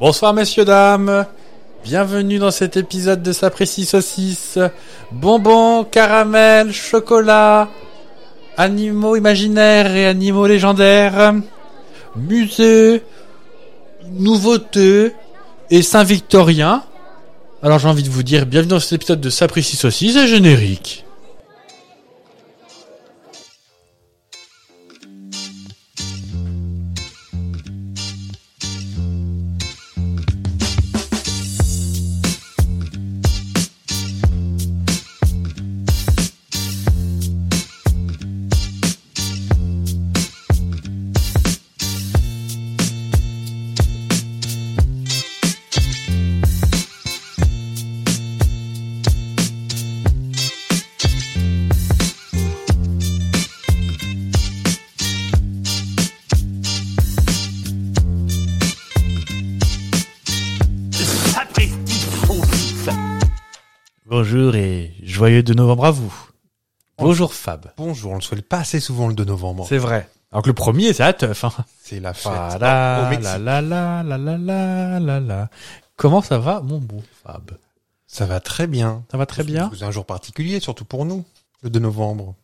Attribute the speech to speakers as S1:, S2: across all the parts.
S1: Bonsoir messieurs dames. Bienvenue dans cet épisode de Sapristi Saucisse. Bonbons, caramel, chocolat, animaux imaginaires et animaux légendaires, musée, nouveautés et Saint-Victorien. Alors j'ai envie de vous dire bienvenue dans cet épisode de Sapristi Saucisse et générique. Bonjour et joyeux de novembre à vous. Bonjour Fab.
S2: Bonjour, on le souhaite pas assez souvent le 2 novembre.
S1: C'est vrai. Alors que le premier, c'est à teuf. Hein.
S2: C'est la fête Oh,
S1: Voilà,
S2: au Mexique.
S1: la, la, la, la, la, la, la, la. Comment ça va, mon beau Fab
S2: Ça va très bien.
S1: Ça va très bien
S2: C'est un jour particulier, surtout pour nous, le 2 novembre.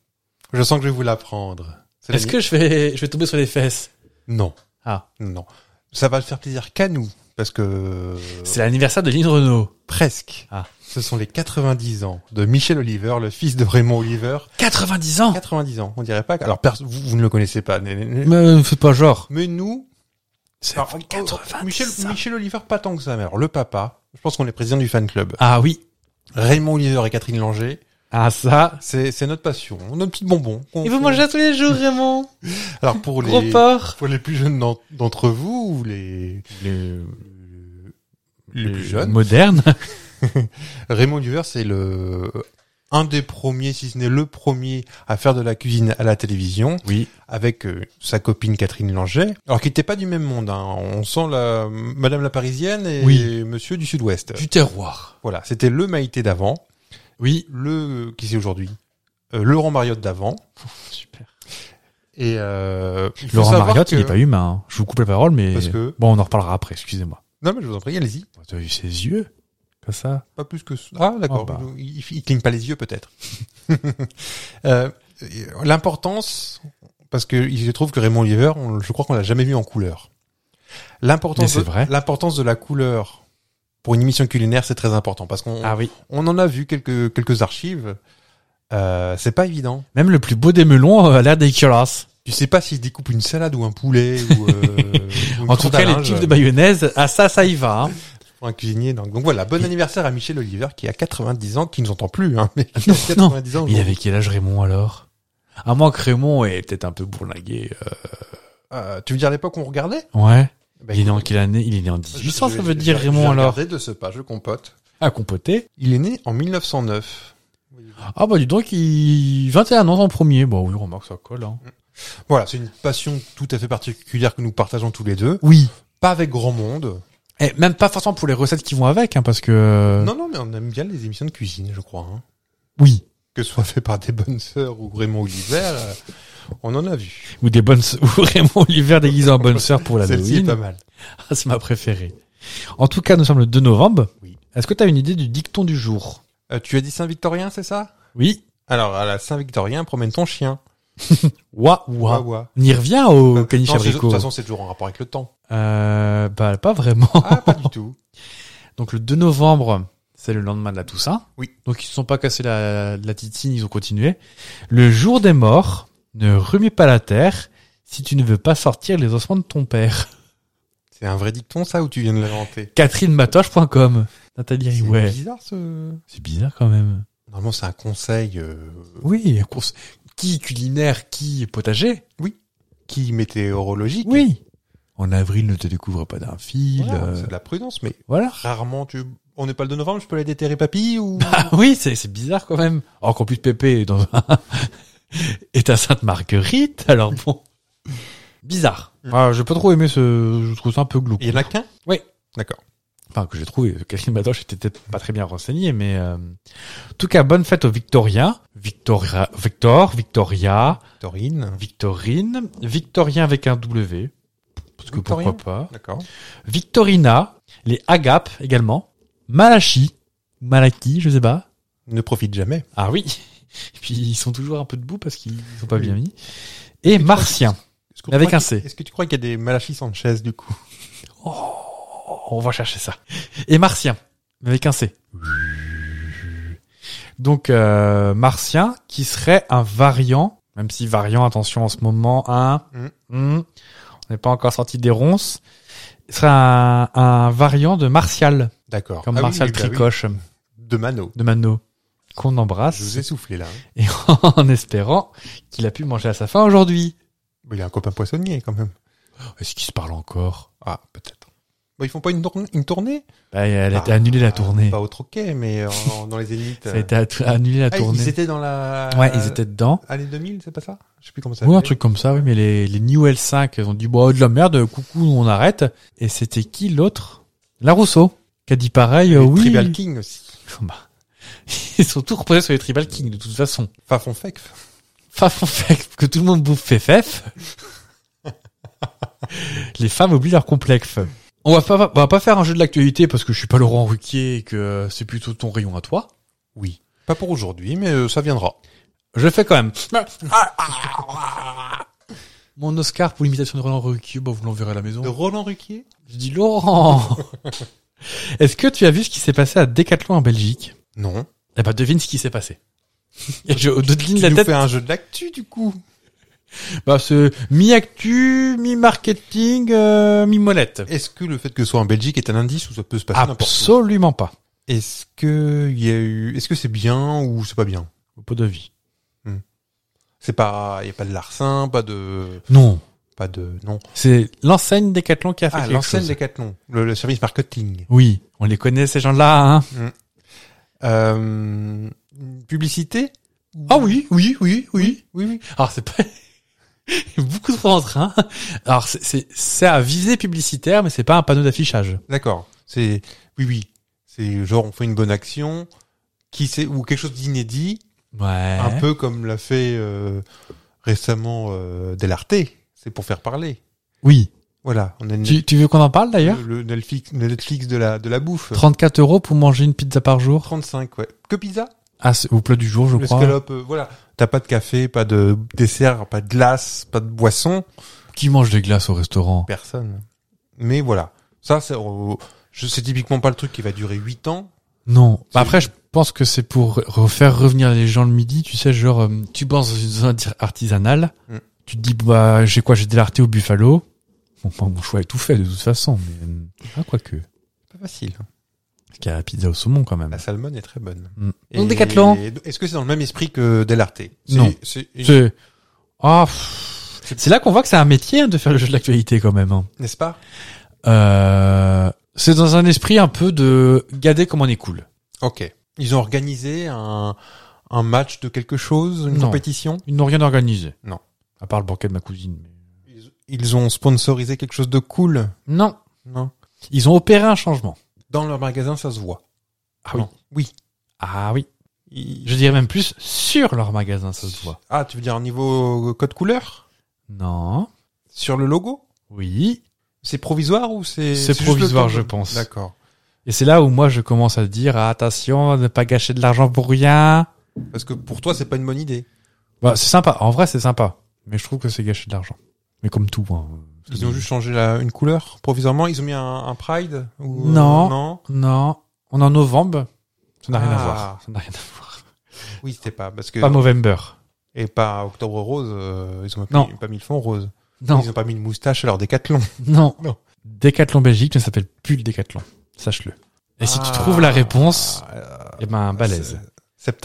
S2: Je sens que je vais vous l'apprendre. C'est la
S1: Est-ce
S2: mi-
S1: que je vais, je vais tomber sur les fesses
S2: Non.
S1: Ah.
S2: Non. Ça va le faire plaisir qu'à nous, parce que...
S1: C'est l'anniversaire de Lynn Renault.
S2: Presque.
S1: Ah.
S2: Ce sont les 90 ans de Michel Oliver, le fils de Raymond Oliver.
S1: 90 ans
S2: 90 ans, on dirait pas. que- Alors, perso- vous, vous ne le connaissez pas. mais- Mais,
S1: Mais euh, c'est pas genre.
S2: mais nous,
S1: C'est
S2: Alors, oh, oh, Michel, Michel Oliver, pas tant que ça, mais alors, le papa, je pense qu'on est président du fan club.
S1: Ah oui.
S2: Raymond Oliver et Catherine Langer,
S1: Ah ça.
S2: C'est, c'est notre passion, notre petit bonbon. qu'on-
S1: Et vous
S2: qu'on-
S1: mangez tous les jours, Raymond
S2: Alors pour
S1: Gros
S2: les
S1: porc
S2: pour les plus jeunes d'en- d'entre vous ou les euh,
S1: Les,
S2: les plus jeunes,
S1: Moderne.
S2: Raymond Duver c'est le un des premiers, si ce n'est le premier, à faire de la cuisine à la télévision
S1: Oui.
S2: avec euh, sa copine Catherine Langer. Alors qu'ils n'étaient pas du même monde. hein. On sent la Madame la Parisienne et
S1: Oui.
S2: Monsieur du Sud-Ouest.
S1: Du terroir.
S2: Voilà, c'était le Maïté d'avant,
S1: Oui.
S2: le qui c'est aujourd'hui, euh, Laurent Mariotte d'avant.
S1: Super.
S2: Et euh, il faut
S1: Laurent
S2: savoir
S1: Mariotte,
S2: que-
S1: il est pas humain. hein. Je vous coupe la parole, mais
S2: Parce que-
S1: bon, on en reparlera après. Excusez-moi.
S2: Non mais je vous en prie, allez-y.
S1: T'as vu ses yeux Comme ça
S2: Pas plus que ça. Ah, d'accord.
S1: Ah bah.
S2: il, il cligne pas les yeux, peut-être. Euh, L'importance, parce que je trouve que Raymond Oliver, on- je crois qu'on l'a jamais vu en couleur. L'importance,
S1: Mais c'est
S2: de-
S1: vrai.
S2: l'importance de la couleur pour une émission culinaire, c'est très important parce qu'on
S1: Ah oui.
S2: on en a vu quelques quelques archives. Euh, c'est pas évident.
S1: Même le plus beau des melons euh, a l'air dégueulasse.
S2: Tu sais pas s'il découpe une salade ou un poulet ou, euh, ou une
S1: En hein, tout
S2: tourte à
S1: cas, les
S2: linge
S1: types de mayonnaise, à ça, ça y va. hein.
S2: pour un cuisinier. Donc, donc voilà, bon anniversaire à Michel Oliver qui a 90 ans, qui nous entend plus. Hein, mais qui a
S1: Ah Non, non.
S2: 90 ans
S1: Il
S2: aujourd'hui.
S1: avait quel âge Raymond alors À moins que Raymond est peut-être un peu bourlingué. euh,
S2: Euh, tu veux dire à l'époque où on regardait
S1: Ouais.
S2: Bah,
S1: il est né
S2: écoute,
S1: en quelle année Il est né en
S2: je-
S1: 1800,
S2: je-
S1: ça veut
S2: je-
S1: dire
S2: je-
S1: Raymond
S2: je
S1: alors Ah,
S2: regardais de ce pas, je compote.
S1: À compoter.
S2: Il est né en 1909.
S1: Ah bah dis donc, il... 21 ans en premier. Bon oui, remarque, ça colle. Hein.
S2: Voilà, c'est une passion tout à fait particulière que nous partageons tous les deux.
S1: Oui.
S2: Pas avec grand monde.
S1: Et Eh, même pas forcément pour les recettes qui vont avec, hein, parce que...
S2: Non, non, mais on aime bien les émissions de cuisine, je crois. hein.
S1: Oui.
S2: Que ce soit fait par des bonnes sœurs ou Raymond Oliver, euh, on en a vu.
S1: Ou des bonnes... Ou Raymond Oliver déguisé en bonne sœur pour la
S2: Celle-ci est pas mal.
S1: Ah, c'est ma préférée. En tout cas, nous sommes le 2 novembre.
S2: Oui.
S1: Est-ce que tu as une idée du dicton du jour
S2: Euh, tu as dit Saint-Victorien, c'est ça
S1: Oui.
S2: Alors, à la Saint-Victorien, promène ton chien.
S1: Ouah,
S2: Ouah,
S1: ouah.
S2: ouah.
S1: On y revient au caniche
S2: Non, c'est- de
S1: abricot.
S2: toute façon, c'est toujours en rapport avec le temps.
S1: Euh, bah, pas vraiment.
S2: Ah, pas du tout.
S1: Donc le 2 novembre, c'est le lendemain de la Toussaint.
S2: Oui.
S1: Donc ils se sont pas cassés la, la titine, ils ont continué. Le jour des morts, ne remue pas la terre si tu ne veux pas sortir les ossements de ton père.
S2: C'est un vrai dicton, ça, ou tu viens de l'inventer
S1: CatherineMatoche.com. Nathalie
S2: C'est
S1: Riouet.
S2: bizarre, ce...
S1: C'est bizarre quand même.
S2: Normalement, c'est un conseil euh,
S1: Oui, course. Qui culinaire, qui potager
S2: qui météorologique.
S1: Oui. En avril, ne te découvre pas d'un fil.
S2: Voilà,
S1: euh,
S2: C'est de la prudence, mais
S1: voilà.
S2: rarement tu. On n'est pas le 2 novembre, je peux aller déterrer papy ou.
S1: Ah oui, c'est c'est bizarre quand même. Or qu'en plus Pépé est dans un... est à Sainte Marguerite, alors bon. Bizarre.
S2: Mm.
S1: Ah, j'ai pas trop aimé ce, je trouve ça un peu glauque.
S2: Il y en a qu'un
S1: Oui.
S2: D'accord.
S1: Enfin, que j'ai trouvé, Catherine Badoche était peut-être pas très bien renseignée, mais, euh, en tout cas, bonne fête aux Victoriens. Victoria, Victor, Victoria,
S2: Victorine.
S1: Victorine, Victorien avec un W. Parce que
S2: Victorien
S1: pourquoi pas.
S2: D'accord.
S1: Victorina, les agapes également, malachi, ou malaki, je sais pas.
S2: Ne profite jamais.
S1: Ah oui. Et puis ils sont toujours un peu debout parce qu'ils sont pas bien mis. Et martien.
S2: Est-ce que
S1: Mais avec
S2: tu crois
S1: un
S2: qu'il-
S1: C.
S2: Est-ce que tu crois qu'il y a des Malachi Sanchez du coup
S1: On va chercher ça. Et martien, mais avec un C. Donc euh, martien qui serait un variant, même si variant, attention en ce moment, hein,
S2: Mm.
S1: hmm, on n'est pas encore sorti des ronces, serait un, un variant de martial,
S2: D'accord.
S1: comme
S2: Ah oui,
S1: martial
S2: oui, bah oui.
S1: tricoche
S2: De Mano.
S1: de Mano, qu'on
S2: Je vous
S1: embrasse
S2: ai soufflé là. hein.
S1: et en espérant qu'il a pu manger à sa faim aujourd'hui.
S2: Mais Il a un copain poissonnier quand même.
S1: Est-ce qu'il se parle encore
S2: Ah, peut-être. Bon, ils font pas une, tourn- une tournée
S1: bah, Elle a été
S2: Ah,
S1: annulée la
S2: ah,
S1: tournée.
S2: Pas au troquet, mais en- dans les élites.
S1: Ça a été att- annulé la
S2: Ah,
S1: tournée.
S2: Ils étaient dans la.
S1: Ouais, ils étaient dedans.
S2: Année 2000, c'est pas ça Je sais plus comment ça
S1: Ouais, un
S2: s'appelait.
S1: truc comme ça, oui, mais les, les New L5, ils ont dit, bon, de la merde, coucou, on arrête. Et c'était qui l'autre La Rousseau, qui a dit pareil, euh,
S2: Les
S1: oui.
S2: Tribal King aussi.
S1: Bah, ils sont tous reposés sur les Tribal King, de toute façon.
S2: Fafon Fekf.
S1: Faf, on fait que tout le monde bouffe FF. les femmes oublient leur complexe. On va pas, on va pas faire un jeu de l'actualité parce que je suis pas Laurent Ruquier et que c'est plutôt ton rayon à toi.
S2: Oui. Pas pour aujourd'hui, mais euh, ça viendra.
S1: Je le fais quand même. Mon Oscar pour l'imitation de Roland Ruquier, bah, vous l'enverrez à la maison.
S2: De Roland Ruquier
S1: Je dis Laurent Est-ce que tu as vu ce qui s'est passé à Decathlon en Belgique
S2: Non.
S1: Eh ben devine ce qui s'est passé. Et je devine
S2: Tu
S1: la
S2: nous
S1: tête.
S2: fais un jeu de l'actu du coup.
S1: Bah, ce mi-actu, mi-marketing, euh, mi-molette.
S2: Est-ce que le fait que ce soit en Belgique est un indice ou ça peut se passer Bah, n'importe où
S1: Absolument pas.
S2: Est-ce que il y a eu Est-ce que c'est bien ou c'est pas bien
S1: Au pot de vie.
S2: C'est pas il y a pas de larcin, pas de
S1: Non.
S2: pas de non.
S1: C'est l'enseigne Decathlon qui a fait
S2: Ah,
S1: quelque
S2: l'ancienne
S1: chose.
S2: Decathlon, le, le service marketing.
S1: Oui, on les connaît ces gens-là. Hein
S2: Euh, publicité
S1: ah oui, oui, oui, oui.
S2: Oui oui.
S1: Alors c'est pas beaucoup trop en train. Alors c'est- c'est c'est à visée publicitaire, mais c'est pas un panneau d'affichage.
S2: D'accord. C'est oui oui. C'est genre on fait une bonne action qui sait ou quelque chose d'inédit,
S1: Ouais.
S2: un peu comme l'a fait euh, récemment euh, Delarte. C'est pour faire parler.
S1: Oui.
S2: Voilà, on a une
S1: Tu, tu veux qu'on en parle d'ailleurs
S2: le, le Netflix, le Netflix de la de la bouffe.
S1: 34 euros pour manger une pizza par jour
S2: 35 ouais. Que pizza
S1: ah, c'est au plat du jour, je
S2: le
S1: crois.
S2: scallop, euh, voilà. T'as pas de café, pas de dessert, pas de glace, pas de boisson.
S1: Qui mange des glaces au restaurant
S2: Personne. Mais voilà. Ça, c'est, euh, je sais typiquement pas le truc qui va durer 8 ans.
S1: Non.
S2: C'est-
S1: Bah après, je pense que c'est pour refaire revenir les gens le midi. Tu sais, genre, euh, tu penses dans une zone artisanale.
S2: Mm.
S1: Tu te dis, bah, j'ai quoi J'ai des lartés au buffalo. Bon, bah, mon choix est tout fait de toute façon. Mais euh, ah, quoique.
S2: C'est Pas facile.
S1: Parce qu'il y a la pizza au saumon quand même.
S2: La salmone est très bonne.
S1: Mm.
S2: Et-
S1: Donc, Decathlon.
S2: Est-ce que c'est dans le même esprit que Delarte C'est-
S1: Non.
S2: C'est
S1: C'est ah, pff. c'est là qu'on voit que c'est un métier hein, de faire le jeu de l'actualité quand même. hein.
S2: n'est-ce pas
S1: Euh, c'est dans un esprit un peu de garder comme on est cool.
S2: Ok. Ils ont organisé un un match de quelque chose, une
S1: Non.
S2: compétition.
S1: Ils n'ont rien organisé.
S2: Non.
S1: À part le banquet de ma cousine.
S2: Ils- Ils ont sponsorisé quelque chose de cool.
S1: Non.
S2: Non.
S1: Ils ont opéré un changement.
S2: Dans leur magasin, ça se voit.
S1: Ah
S2: Non. Oui.
S1: Ah oui.
S2: Ils-
S1: Je dirais même plus sur leur magasin, ça se voit.
S2: Ah, tu veux dire au niveau code couleur
S1: Non.
S2: Sur le logo
S1: Oui.
S2: C'est provisoire ou c'est...
S1: C'est
S2: juste
S1: provisoire,
S2: le temps
S1: je
S2: de-
S1: pense.
S2: D'accord.
S1: Et c'est là où moi je commence à dire ah, attention, ne pas gâcher de l'argent pour rien.
S2: Parce que pour toi, c'est pas une bonne idée.
S1: Bah, c'est sympa. En vrai, c'est sympa. Mais je trouve que c'est gâcher de l'argent. Mais comme tout. hein.
S2: Ils ont juste changé la, une couleur provisoirement. Ils ont mis un, un Pride ou, euh,
S1: Non.
S2: Non
S1: Non. On est en novembre. Ça n'a rien à
S2: Ah.
S1: voir. Ça n'a rien à voir.
S2: Oui, c'était pas. Parce que...
S1: Pas Movember.
S2: Et pas Octobre Rose. euh, ils ont pas
S1: Non.
S2: mis, pas mis le fond rose.
S1: Non.
S2: Ils ont pas mis une moustache à leur décathlon.
S1: Non.
S2: Non.
S1: Décathlon Belgique ne s'appelle plus le Décathlon. Sache-le. Et si
S2: Ah.
S1: tu trouves la réponse, eh ben, balèze.
S2: euh,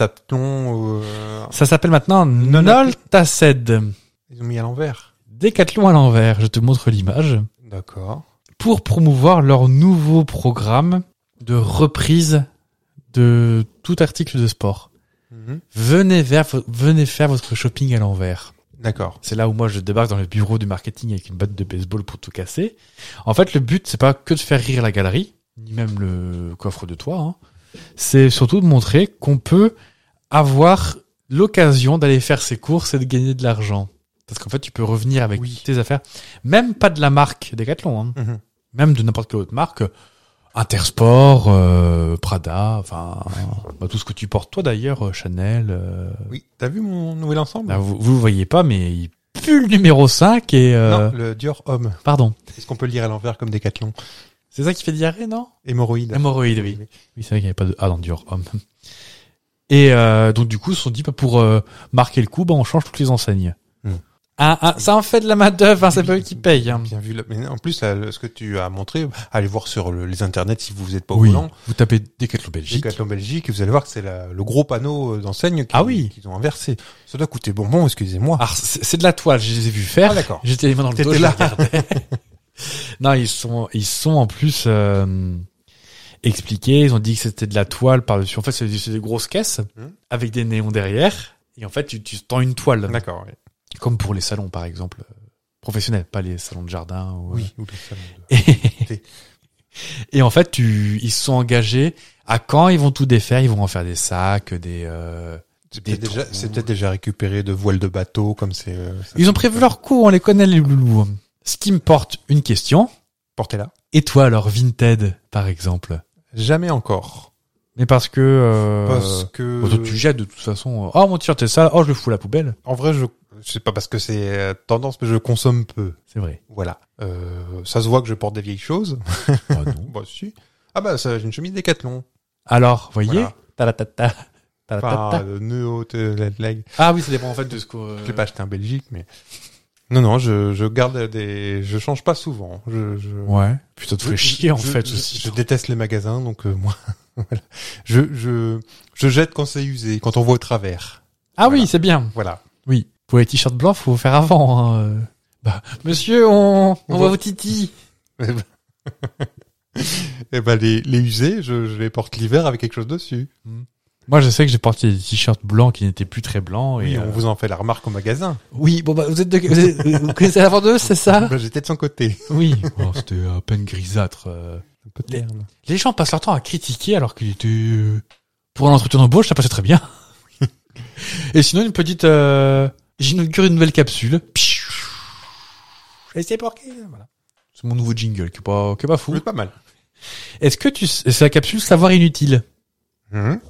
S2: Septathlon. euh,
S1: Ça s'appelle maintenant
S2: Non, non.
S1: Noltaced.
S2: Ils ont mis à l'envers.
S1: Décathlon à l'envers. Je te montre l'image.
S2: D'accord.
S1: Pour promouvoir leur nouveau programme de reprise de tout article de sport.
S2: Mhm.
S1: Venez, vers, venez faire votre shopping à l'envers.
S2: D'accord.
S1: C'est là où moi je débarque dans le bureau du marketing avec une batte de baseball pour tout casser. En fait, le but c'est pas que de faire rire la galerie, ni même le coffre de toit. hein. C'est surtout de montrer qu'on peut avoir l'occasion d'aller faire ses courses et de gagner de l'argent. Parce qu'en fait, tu peux revenir avec
S2: Oui.
S1: tes affaires, même pas de la marque Decathlon, hein.
S2: Mhm.
S1: même de n'importe quelle autre marque. Intersport, euh, Prada, enfin bah, tout ce que tu portes toi d'ailleurs, euh, Chanel. euh,
S2: Oui, t'as vu mon nouvel ensemble
S1: là, Ah, vous, vous le voyez pas, mais il pue le numéro 5 et euh,
S2: Non, le Dior Homme.
S1: pardon.
S2: Est-ce qu'on peut le lire à l'envers comme Décathlon
S1: C'est ça qui fait diarrhée, non
S2: Hémorroïde.
S1: Hémorroïde, oui. Oui, c'est vrai qu'il n'y avait pas de ah dans Dior homme. Et euh, donc du coup, ils se sont dit bah, pour euh, marquer le coup, bah, on change toutes les enseignes.
S2: Hmm.
S1: Ah, ah, ça en fait de la main d'œuvre, hein, c'est pas eux qui payent. hein.
S2: Bien vu. là. Mais en plus, là, le- ce que tu as montré, allez voir sur le- les internets si vous n'êtes pas au
S1: Oui,
S2: courant.
S1: vous tapez Decathlon Belgique.
S2: Décathlon Belgique, vous allez voir que c'est la- le gros panneau euh, d'enseigne qu'ils
S1: Ah oui.
S2: qu'ils ont inversé. Ça doit coûter bonbon, excusez-moi.
S1: Alors, Ah, c'est c'est de la toile, je les ai vus faire.
S2: Ah, d'accord.
S1: J'étais les mains dans le dos,
S2: T'étais
S1: je
S2: là.
S1: regardais. non, ils sont, ils sont en plus euh, expliqués. Ils ont dit que c'était de la toile par-dessus. En fait, c'est c'est des grosses caisses
S2: Mhm.
S1: avec des néons derrière. Et en fait, tu, tu tends une toile,
S2: D'accord. oui.
S1: comme pour les salons, par exemple, euh, professionnels, pas les salons de jardin. Ou, euh.
S2: Oui. ou le salon de-
S1: Et, et en fait, tu, ils se sont engagés à quand ils vont tout défaire. Ils vont en faire des sacs, des. euh,
S2: C'est
S1: Des
S2: peut-être déjà,
S1: trous.
S2: c'est peut-être déjà récupéré de voiles de bateau, comme c'est. euh, ça-
S1: Ils ont prévu leur coup. On les connaît les loulous. Ce qui me porte une question.
S2: Portez-la.
S1: Et toi, alors, Vinted, par exemple
S2: Jamais encore.
S1: Mais parce que... euh,
S2: Parce que.
S1: bon, toi, tu jettes de toute façon. euh, Oh, mon t-shirt est sale. Oh, je le fous à la poubelle.
S2: En vrai, je, je sais pas parce que c'est euh, tendance, mais je consomme peu.
S1: C'est vrai.
S2: Voilà. Euh, ça se voit que je porte des vieilles choses.
S1: Ah, non.
S2: bah si. Ah bah ça, j'ai une chemise Décathlon.
S1: Alors, voyez
S2: Voilà.
S1: Talatata. Talatata.
S2: Enfin, euh, nœud haute, euh, la lag.
S1: Ah oui, ça dépend en fait de ce que...
S2: Je l'ai pas acheté en Belgique, mais. Non, non, je, je garde des, je change pas souvent. Je, je...
S1: euh, Ouais. Putain, te
S2: Je-
S1: ferait chier, en
S2: je-
S1: fait,
S2: je,
S1: aussi.
S2: je déteste les magasins, donc euh, moi, voilà. je, je, je jette quand c'est usé, quand on voit au travers.
S1: Ah
S2: Voilà.
S1: oui, c'est bien.
S2: Voilà.
S1: Oui. Pour les t-shirts blancs, faut faire avant. hein, euh. Bah, monsieur, on, on,
S2: On
S1: voit
S2: voit-
S1: vos titis.
S2: Et ben, Eh ben, les, les usés, je, je les porte l'hiver avec quelque chose dessus.
S1: Moi, je sais que j'ai porté des t-shirts blancs qui n'étaient plus très blancs. Et,
S2: Oui, on
S1: euh,
S2: vous en fait la remarque au magasin.
S1: Oui, bon, bah, vous êtes de... Vous, êtes... vous connaissez la vendeuse, c'est ça
S2: Moi, J'étais de son côté.
S1: Oui. Oh, C'était à peine grisâtre. euh.
S2: Un peu
S1: Les-
S2: terne.
S1: Les gens passent leur temps à critiquer alors qu'il était euh, pour un entretien d'embauche, ça passait très bien. Et sinon une petite, euh, j'inaugure une nouvelle capsule. Pfiou. Et c'est pour qui Voilà. C'est mon nouveau jingle qui est pas, qui est pas fou.
S2: Mais pas mal.
S1: Est-ce que tu, s- c'est la capsule savoir inutile Mmh.
S2: Hum.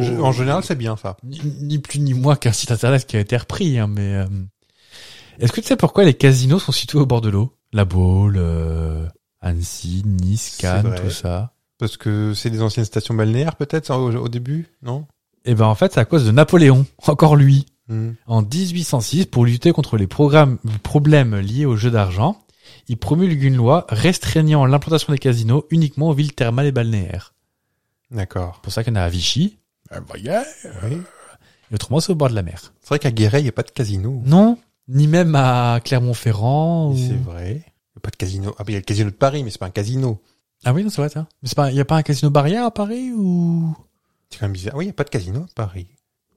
S2: Je-
S1: Oh.
S2: en général, c'est bien ça.
S1: ni, ni plus ni moins qu'un site internet qui a été repris, hein, mais euh, est-ce que tu sais pourquoi les casinos sont situés au bord de l'eau La Baule, euh, Annecy, Nice,
S2: C'est
S1: Cannes,
S2: vrai.
S1: tout ça.
S2: Parce que c'est des anciennes stations balnéaires, peut-être, ça, au, au début, non
S1: Eh ben en fait, c'est à cause de Napoléon. Encore lui.
S2: Hum.
S1: En 1806, pour lutter contre les programmes- problèmes liés aux jeux d'argent, il promulgue une loi restreignant l'implantation des casinos uniquement aux villes thermales et balnéaires.
S2: D'accord.
S1: C'est pour ça qu'il y en a à Vichy,
S2: Oui.
S1: et autrement c'est au bord de la mer.
S2: C'est vrai qu'à Guéret, il n'y a pas de casino.
S1: Non, ni même à Clermont-Ferrand. ou-
S2: C'est vrai. Il n'y a pas de casino. Ah, mais il y a le casino de Paris, mais c'est pas un casino.
S1: Ah oui, non, c'est vrai, tiens. Mais c'est pas- il n'y a pas un casino barrière à Paris ou
S2: C'est quand même bizarre. Oui, il n'y a pas de casino à Paris.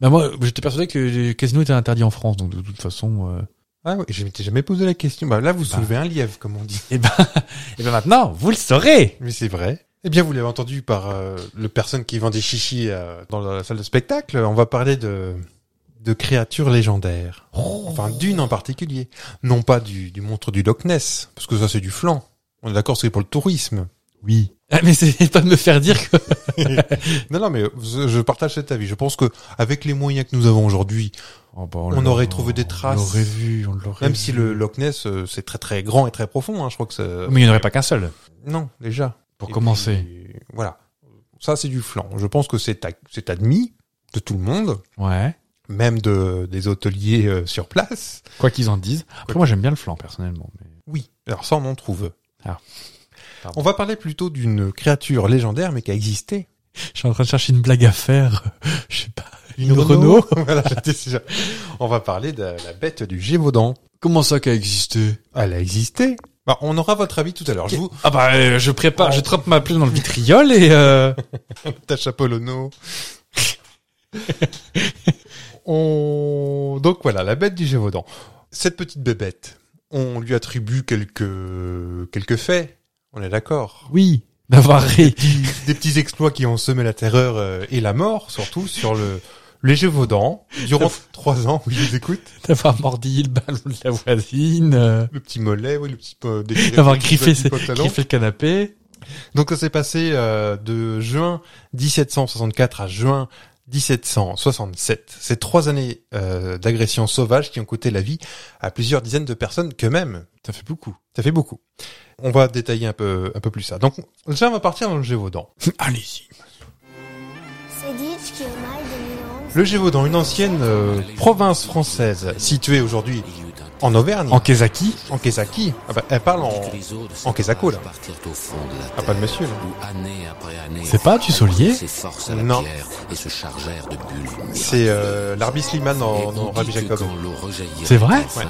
S1: Bah, moi, j'étais persuadé que les casinos étaient interdits en France, donc de toute façon. euh,
S2: Ah oui, je m'étais jamais posé la question. Bah, là, vous
S1: Bah.
S2: soulevez un lièvre, comme on dit.
S1: Eh ben, eh ben maintenant, vous le saurez.
S2: Mais c'est vrai. Eh bien, vous l'avez entendu par euh, le personne qui vend des chichis euh, dans la salle de spectacle. On va parler de, de créatures légendaires. Enfin, d'une en particulier. Non pas du, du monstre du Loch Ness, parce que ça, c'est du flan. On est d'accord, c'est pour le tourisme.
S1: Oui. Ah, mais c'est pas de me faire dire que.
S2: Non, non, mais euh, je je partage cet avis. Je pense que avec les moyens que nous avons aujourd'hui,
S1: Oh, bah,
S2: On
S1: l'a-
S2: aurait trouvé des traces.
S1: On l'aurait vu, on l'aurait
S2: même
S1: vu.
S2: si le Loch Ness euh, c'est très très grand et très profond, hein, je crois que ça...
S1: Mais il n'y en aurait pas qu'un seul.
S2: Non, déjà.
S1: Pour
S2: Et
S1: commencer.
S2: puis, voilà. Ça, c'est du flan. Je pense que c'est ac- c'est admis de tout le monde,
S1: Ouais.
S2: même de, des hôteliers euh, sur place.
S1: Quoi qu'ils en disent. Après, moi, j'aime bien le flan, personnellement. mais-
S2: Oui. Alors ça, on en trouve.
S1: Ah. Pardon.
S2: On va parler plutôt d'une créature légendaire, mais qui a existé.
S1: Je suis en train de chercher une blague à faire. Je sais pas. Une Renault.
S2: Voilà, j'étais sûr. On va parler de la bête du Gévaudan.
S1: Comment ça qu'a existé
S2: Elle a existé. Bah, on aura votre avis tout à l'heure. Je vous
S1: Ah bah, euh, je prépare, je trempe ma plume dans le vitriol et... Euh...
S2: ta chapolono. on... Donc voilà, la bête du Gévaudan. Cette petite bébête, on lui attribue quelques, quelques faits. On est d'accord.
S1: Oui. D'avoir ri.
S2: Des petits exploits qui ont semé la terreur euh, et la mort, surtout sur le, les Gévaudan, durant trois ans. Oui, je les écoute.
S1: D'avoir mordi le ballon de la voisine. euh,
S2: Le petit mollet, oui, le petit, euh, déchiré,
S1: D'avoir
S2: le petit-
S1: griffé
S2: petit
S1: ses-
S2: pantalon.
S1: Qui fait le canapé.
S2: Donc ça s'est passé euh, de juin 1764 à juin 1767. Ces trois années euh, d'agression sauvage qui ont coûté la vie à plusieurs dizaines de personnes que même.
S1: Ça fait beaucoup.
S2: Ça fait beaucoup. On va détailler un peu, un peu plus ça. Donc déjà on va partir dans le Gévaudan.
S1: Allez-y.
S3: C'est dit que mal de
S2: Le Gévaudan, une ancienne euh, province française située aujourd'hui en Auvergne,
S1: En Kezaki,
S2: en Kézaki. Ah bah, elle parle en... en
S4: en
S2: Kesako, là.
S4: Partirent au fond de la
S2: Ah, pas le monsieur, là.
S4: où année après année,
S1: c'est pas du Solier
S4: ces forces à la
S2: Non.
S4: pierre et se chargèrent de bulles.
S2: C'est euh, l'Arbi Slimane dans,
S4: Et
S2: dans
S4: on
S2: Rabbi
S4: dit que
S2: Jacob.
S4: quand l'eau rejaillirait
S1: C'est vrai
S4: enfin,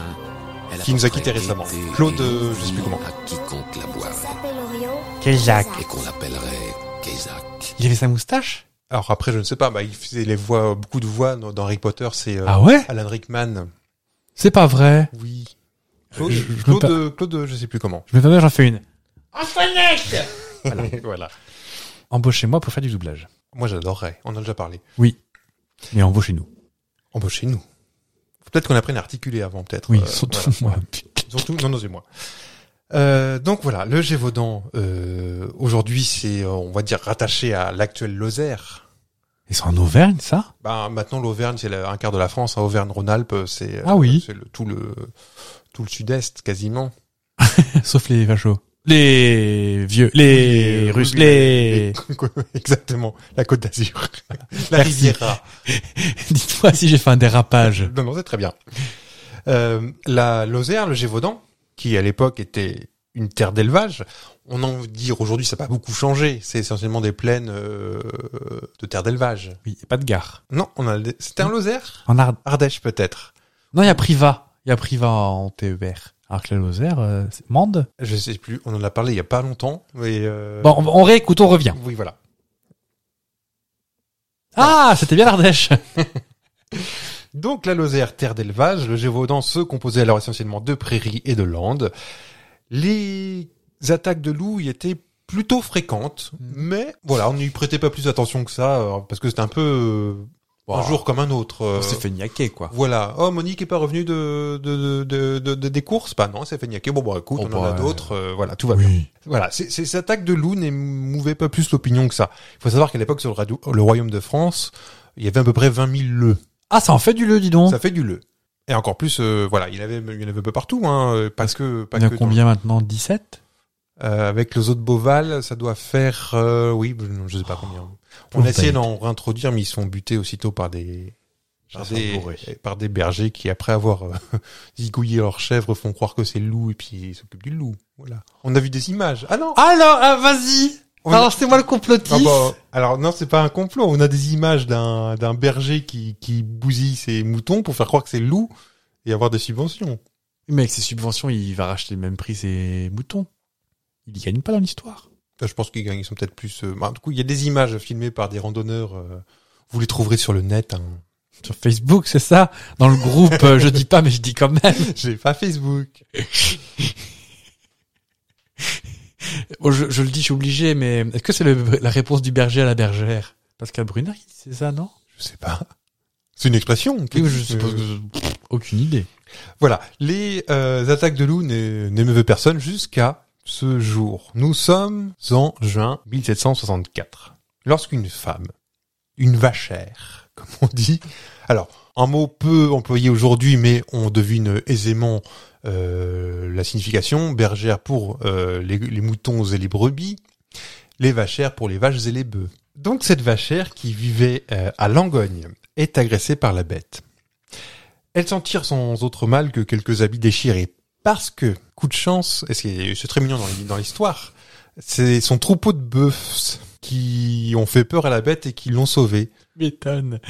S4: elle
S2: Qui nous a
S4: apporterait
S2: quittés récemment.
S4: gaieté et
S2: Claude, euh, je sais plus
S4: bonheur
S2: comment.
S4: À quiconque la
S3: Ça
S4: boive.
S3: s'appelle Orion.
S1: Quel Jacques
S4: Et qu'on l'appellerait Kézak.
S1: Il avait sa moustache
S2: Alors après, je ne sais pas, bah, il faisait les voix, beaucoup de voix dans, dans Harry Potter, c'est euh,
S1: Ah ouais
S2: Alan Rickman.
S1: C'est pas vrai.
S2: Oui. Claude,
S1: Je- je
S2: Claude,
S1: me
S2: euh, Claude, euh, je sais plus comment.
S1: Je me permets, j'en fais une.
S2: Voilà.
S1: Embauchez-moi pour faire du doublage.
S2: Moi, j'adorerais. On en a déjà parlé. Oh,
S1: Mais embauchez-nous.
S2: Embauchez-nous. Faut Peut-être qu'on apprenne à articuler avant, peut-être.
S1: Oui,
S2: Euh,
S1: surtout moi. Putain.
S2: voilà. Surtout, non, non, c'est moi. Euh, donc voilà, le Gévaudan, euh, aujourd'hui, c'est, euh, on va dire, rattaché à l'actuelle Lozère.
S1: Et c'est en Auvergne, ça
S2: Ben, maintenant, l'Auvergne, c'est la- un quart de la France. Hein. Auvergne-Rhône-Alpes, c'est euh,
S1: Ah oui.
S2: c'est le, tout le tout le sud-est quasiment.
S1: Sauf les vachos. Les vieux, les, russes, les...
S2: Exactement, la Côte d'Azur, la
S1: Merci.
S2: Riviera.
S1: Dites-moi si j'ai fait un dérapage.
S2: Non, non, c'est très bien. Euh, la Lozère, le Gévaudan, qui à l'époque était une terre d'élevage, on en dire aujourd'hui, ça n'a pas beaucoup changé. C'est essentiellement des plaines euh, de terre d'élevage.
S1: Oui, y a pas de gare.
S2: Non, on a. des- C'était un Lozère,
S1: En Arde.
S2: Ardèche peut-être.
S1: Non, il y a Priva. Il y a Priva en TER. Alors que la Lozère, euh, c'est Mende.
S2: Je sais plus. On en a parlé il y a pas longtemps. Mais euh,
S1: Bon, on, on réécoute, on revient.
S2: oui, voilà.
S1: Ah, c'était bien l'Ardèche.
S2: Donc la Lozère, terre d'élevage, le Gévaudan se composait alors essentiellement de prairies et de landes. Les attaques de loups y étaient plutôt fréquentes,
S1: Mm.
S2: mais voilà, on n'y prêtait pas plus attention que ça, euh, parce que c'était un peu euh, un
S1: Wow.
S2: jour comme un autre. euh,
S1: Bah. fait niaquer, quoi.
S2: Voilà. Oh, Monique est pas revenue de, de, de, de- de- des courses Bah non, elle s'est fait niaquer. Bon, bon, écoute,
S1: Oh,
S2: on en a
S1: bah,
S2: d'autres. euh, voilà, tout va bien.
S1: Oui.
S2: Voilà, ces, ces attaques de loups n'émouvaient pas plus l'opinion que ça. Il faut savoir qu'à l'époque, sur le, radio- le royaume de France, il y avait à peu près 20 000 leux.
S1: Ah, ça en fait du lieu, dis donc.
S2: Ça fait du leu. Et encore plus, euh, voilà, il y en avait, il y en avait un peu partout, hein, euh, parce que, pas
S1: Il y en a
S2: que dans-
S1: combien maintenant 17
S2: Euh, avec le zoo de Beauval, ça doit faire, euh, oui, je- je sais
S1: Oh.
S2: pas combien. On a essayé
S1: bête.
S2: d'en réintroduire, mais ils sont butés aussitôt par des, par
S1: Chasseurs
S2: des, euh,
S1: bourrés.
S2: par des bergers qui, après avoir euh, zigouillé leurs chèvres, font croire que c'est le loup et puis ils s'occupent du loup. Voilà. On a vu des images. Ah non!
S1: Alors, ah, vas-y
S2: On-
S1: Alors, c'est moi le complotiste
S2: Ah bah, alors non, c'est pas un complot. On a des images d'un d'un berger qui, qui bousille ses moutons pour faire croire que c'est le loup et avoir des subventions.
S1: Mais avec ses subventions, il va racheter le même prix ses moutons. Il y gagne pas dans l'histoire.
S2: Euh, Je pense qu'ils gagnent, ils sont peut-être plus. euh, bah, du coup, il y a des images filmées par des randonneurs. euh, Vous les trouverez sur le net. Hein.
S1: Sur Facebook, c'est ça Dans le groupe, euh, je dis pas, mais je dis quand même.
S2: J'ai pas Facebook.
S1: Bon, je, je le dis, je suis obligé, mais est-ce que c'est le- la réponse du berger à la bergère Pascal Brunner, il- c'est ça, non
S2: Je sais pas. C'est une expression.
S1: Oui,
S2: Euh,
S1: je suppose que... Pff, Aucune idée.
S2: Voilà. Les euh, attaques de loups n'é- n'émeuvaient personne jusqu'à ce jour. Nous sommes en juin 1764. Lorsqu'une femme, une vachère, comme on dit. Alors, un mot peu employé aujourd'hui, mais on devine aisément euh, la signification. Bergère pour euh, les, les moutons et les brebis. Les vachères pour les vaches et les bœufs. Donc cette vachère qui vivait euh, à Langogne est agressée par la bête. Elle s'en tire sans autre mal que quelques habits déchirés. Parce que, coup de chance, et c'est c'est très mignon dans l'hi- dans l'histoire, c'est son troupeau de bœufs qui ont fait peur à la bête et qui l'ont sauvée.
S1: M'étonne.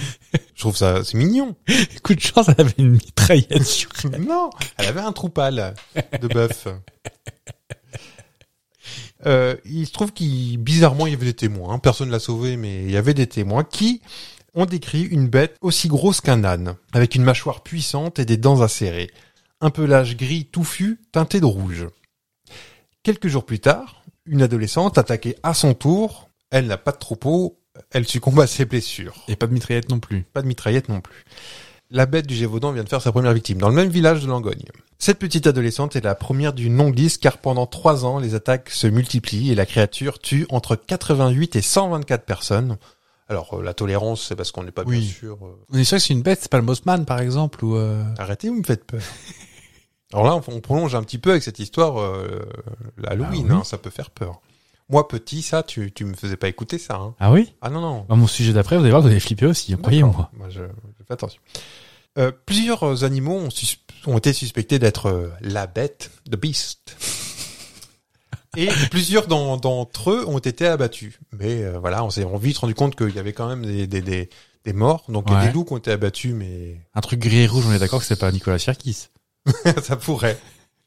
S2: Je trouve ça, c'est mignon.
S1: Coup de chance, elle avait une mitraillette sur elle.
S2: Non, elle avait un troupal de bœufs. Euh, il se trouve qu'il, bizarrement, il y avait des témoins. hein. Personne ne l'a sauvé, mais il y avait des témoins qui ont décrit une bête aussi grosse qu'un âne, avec une mâchoire puissante et des dents acérées, un pelage gris touffu teinté de rouge. Quelques jours plus tard, une adolescente attaquée à son tour, elle n'a pas de troupeau, elle succombe à ses blessures
S1: Et pas de mitraillette non plus.
S2: pas de mitraillette non plus. la bête du Gévaudan vient de faire sa première victime, dans le même village de Langogne. Cette petite adolescente est la première d'une longue liste car pendant trois ans, les attaques se multiplient et la créature tue entre 88 et 124 personnes. Alors, euh, la tolérance, c'est parce qu'on n'est pas
S1: Oui.
S2: bien sûr... euh,
S1: On est sûr que c'est une bête, c'est pas le Mossman par exemple ou. euh,
S2: Arrêtez, vous me faites peur. Alors là, on, on prolonge un petit peu avec cette histoire, euh, l'Halloween,
S1: Ah oui.
S2: hein, ça peut faire peur. Moi, petit, ça, tu, tu me faisais pas écouter ça. Hein.
S1: Ah oui
S2: Ah non, non.
S1: Bah, Mon sujet d'après, vous allez voir, vous allez flipper aussi, hein, croyez-moi.
S2: D'accord. Moi, je, je fais attention. Euh, plusieurs animaux ont, sus- ont été suspectés d'être euh, la bête, the beast. Et plusieurs d'en- d'entre eux ont été abattus. Mais euh, voilà, on s'est vite rendu compte qu'il y avait quand même des, des, des, des morts. Donc il y a
S1: Ouais.
S2: des loups qui ont été abattus, mais
S1: Un truc gris et rouge, on est d'accord que c'est pas Nicolas Sirkis.
S2: ça pourrait.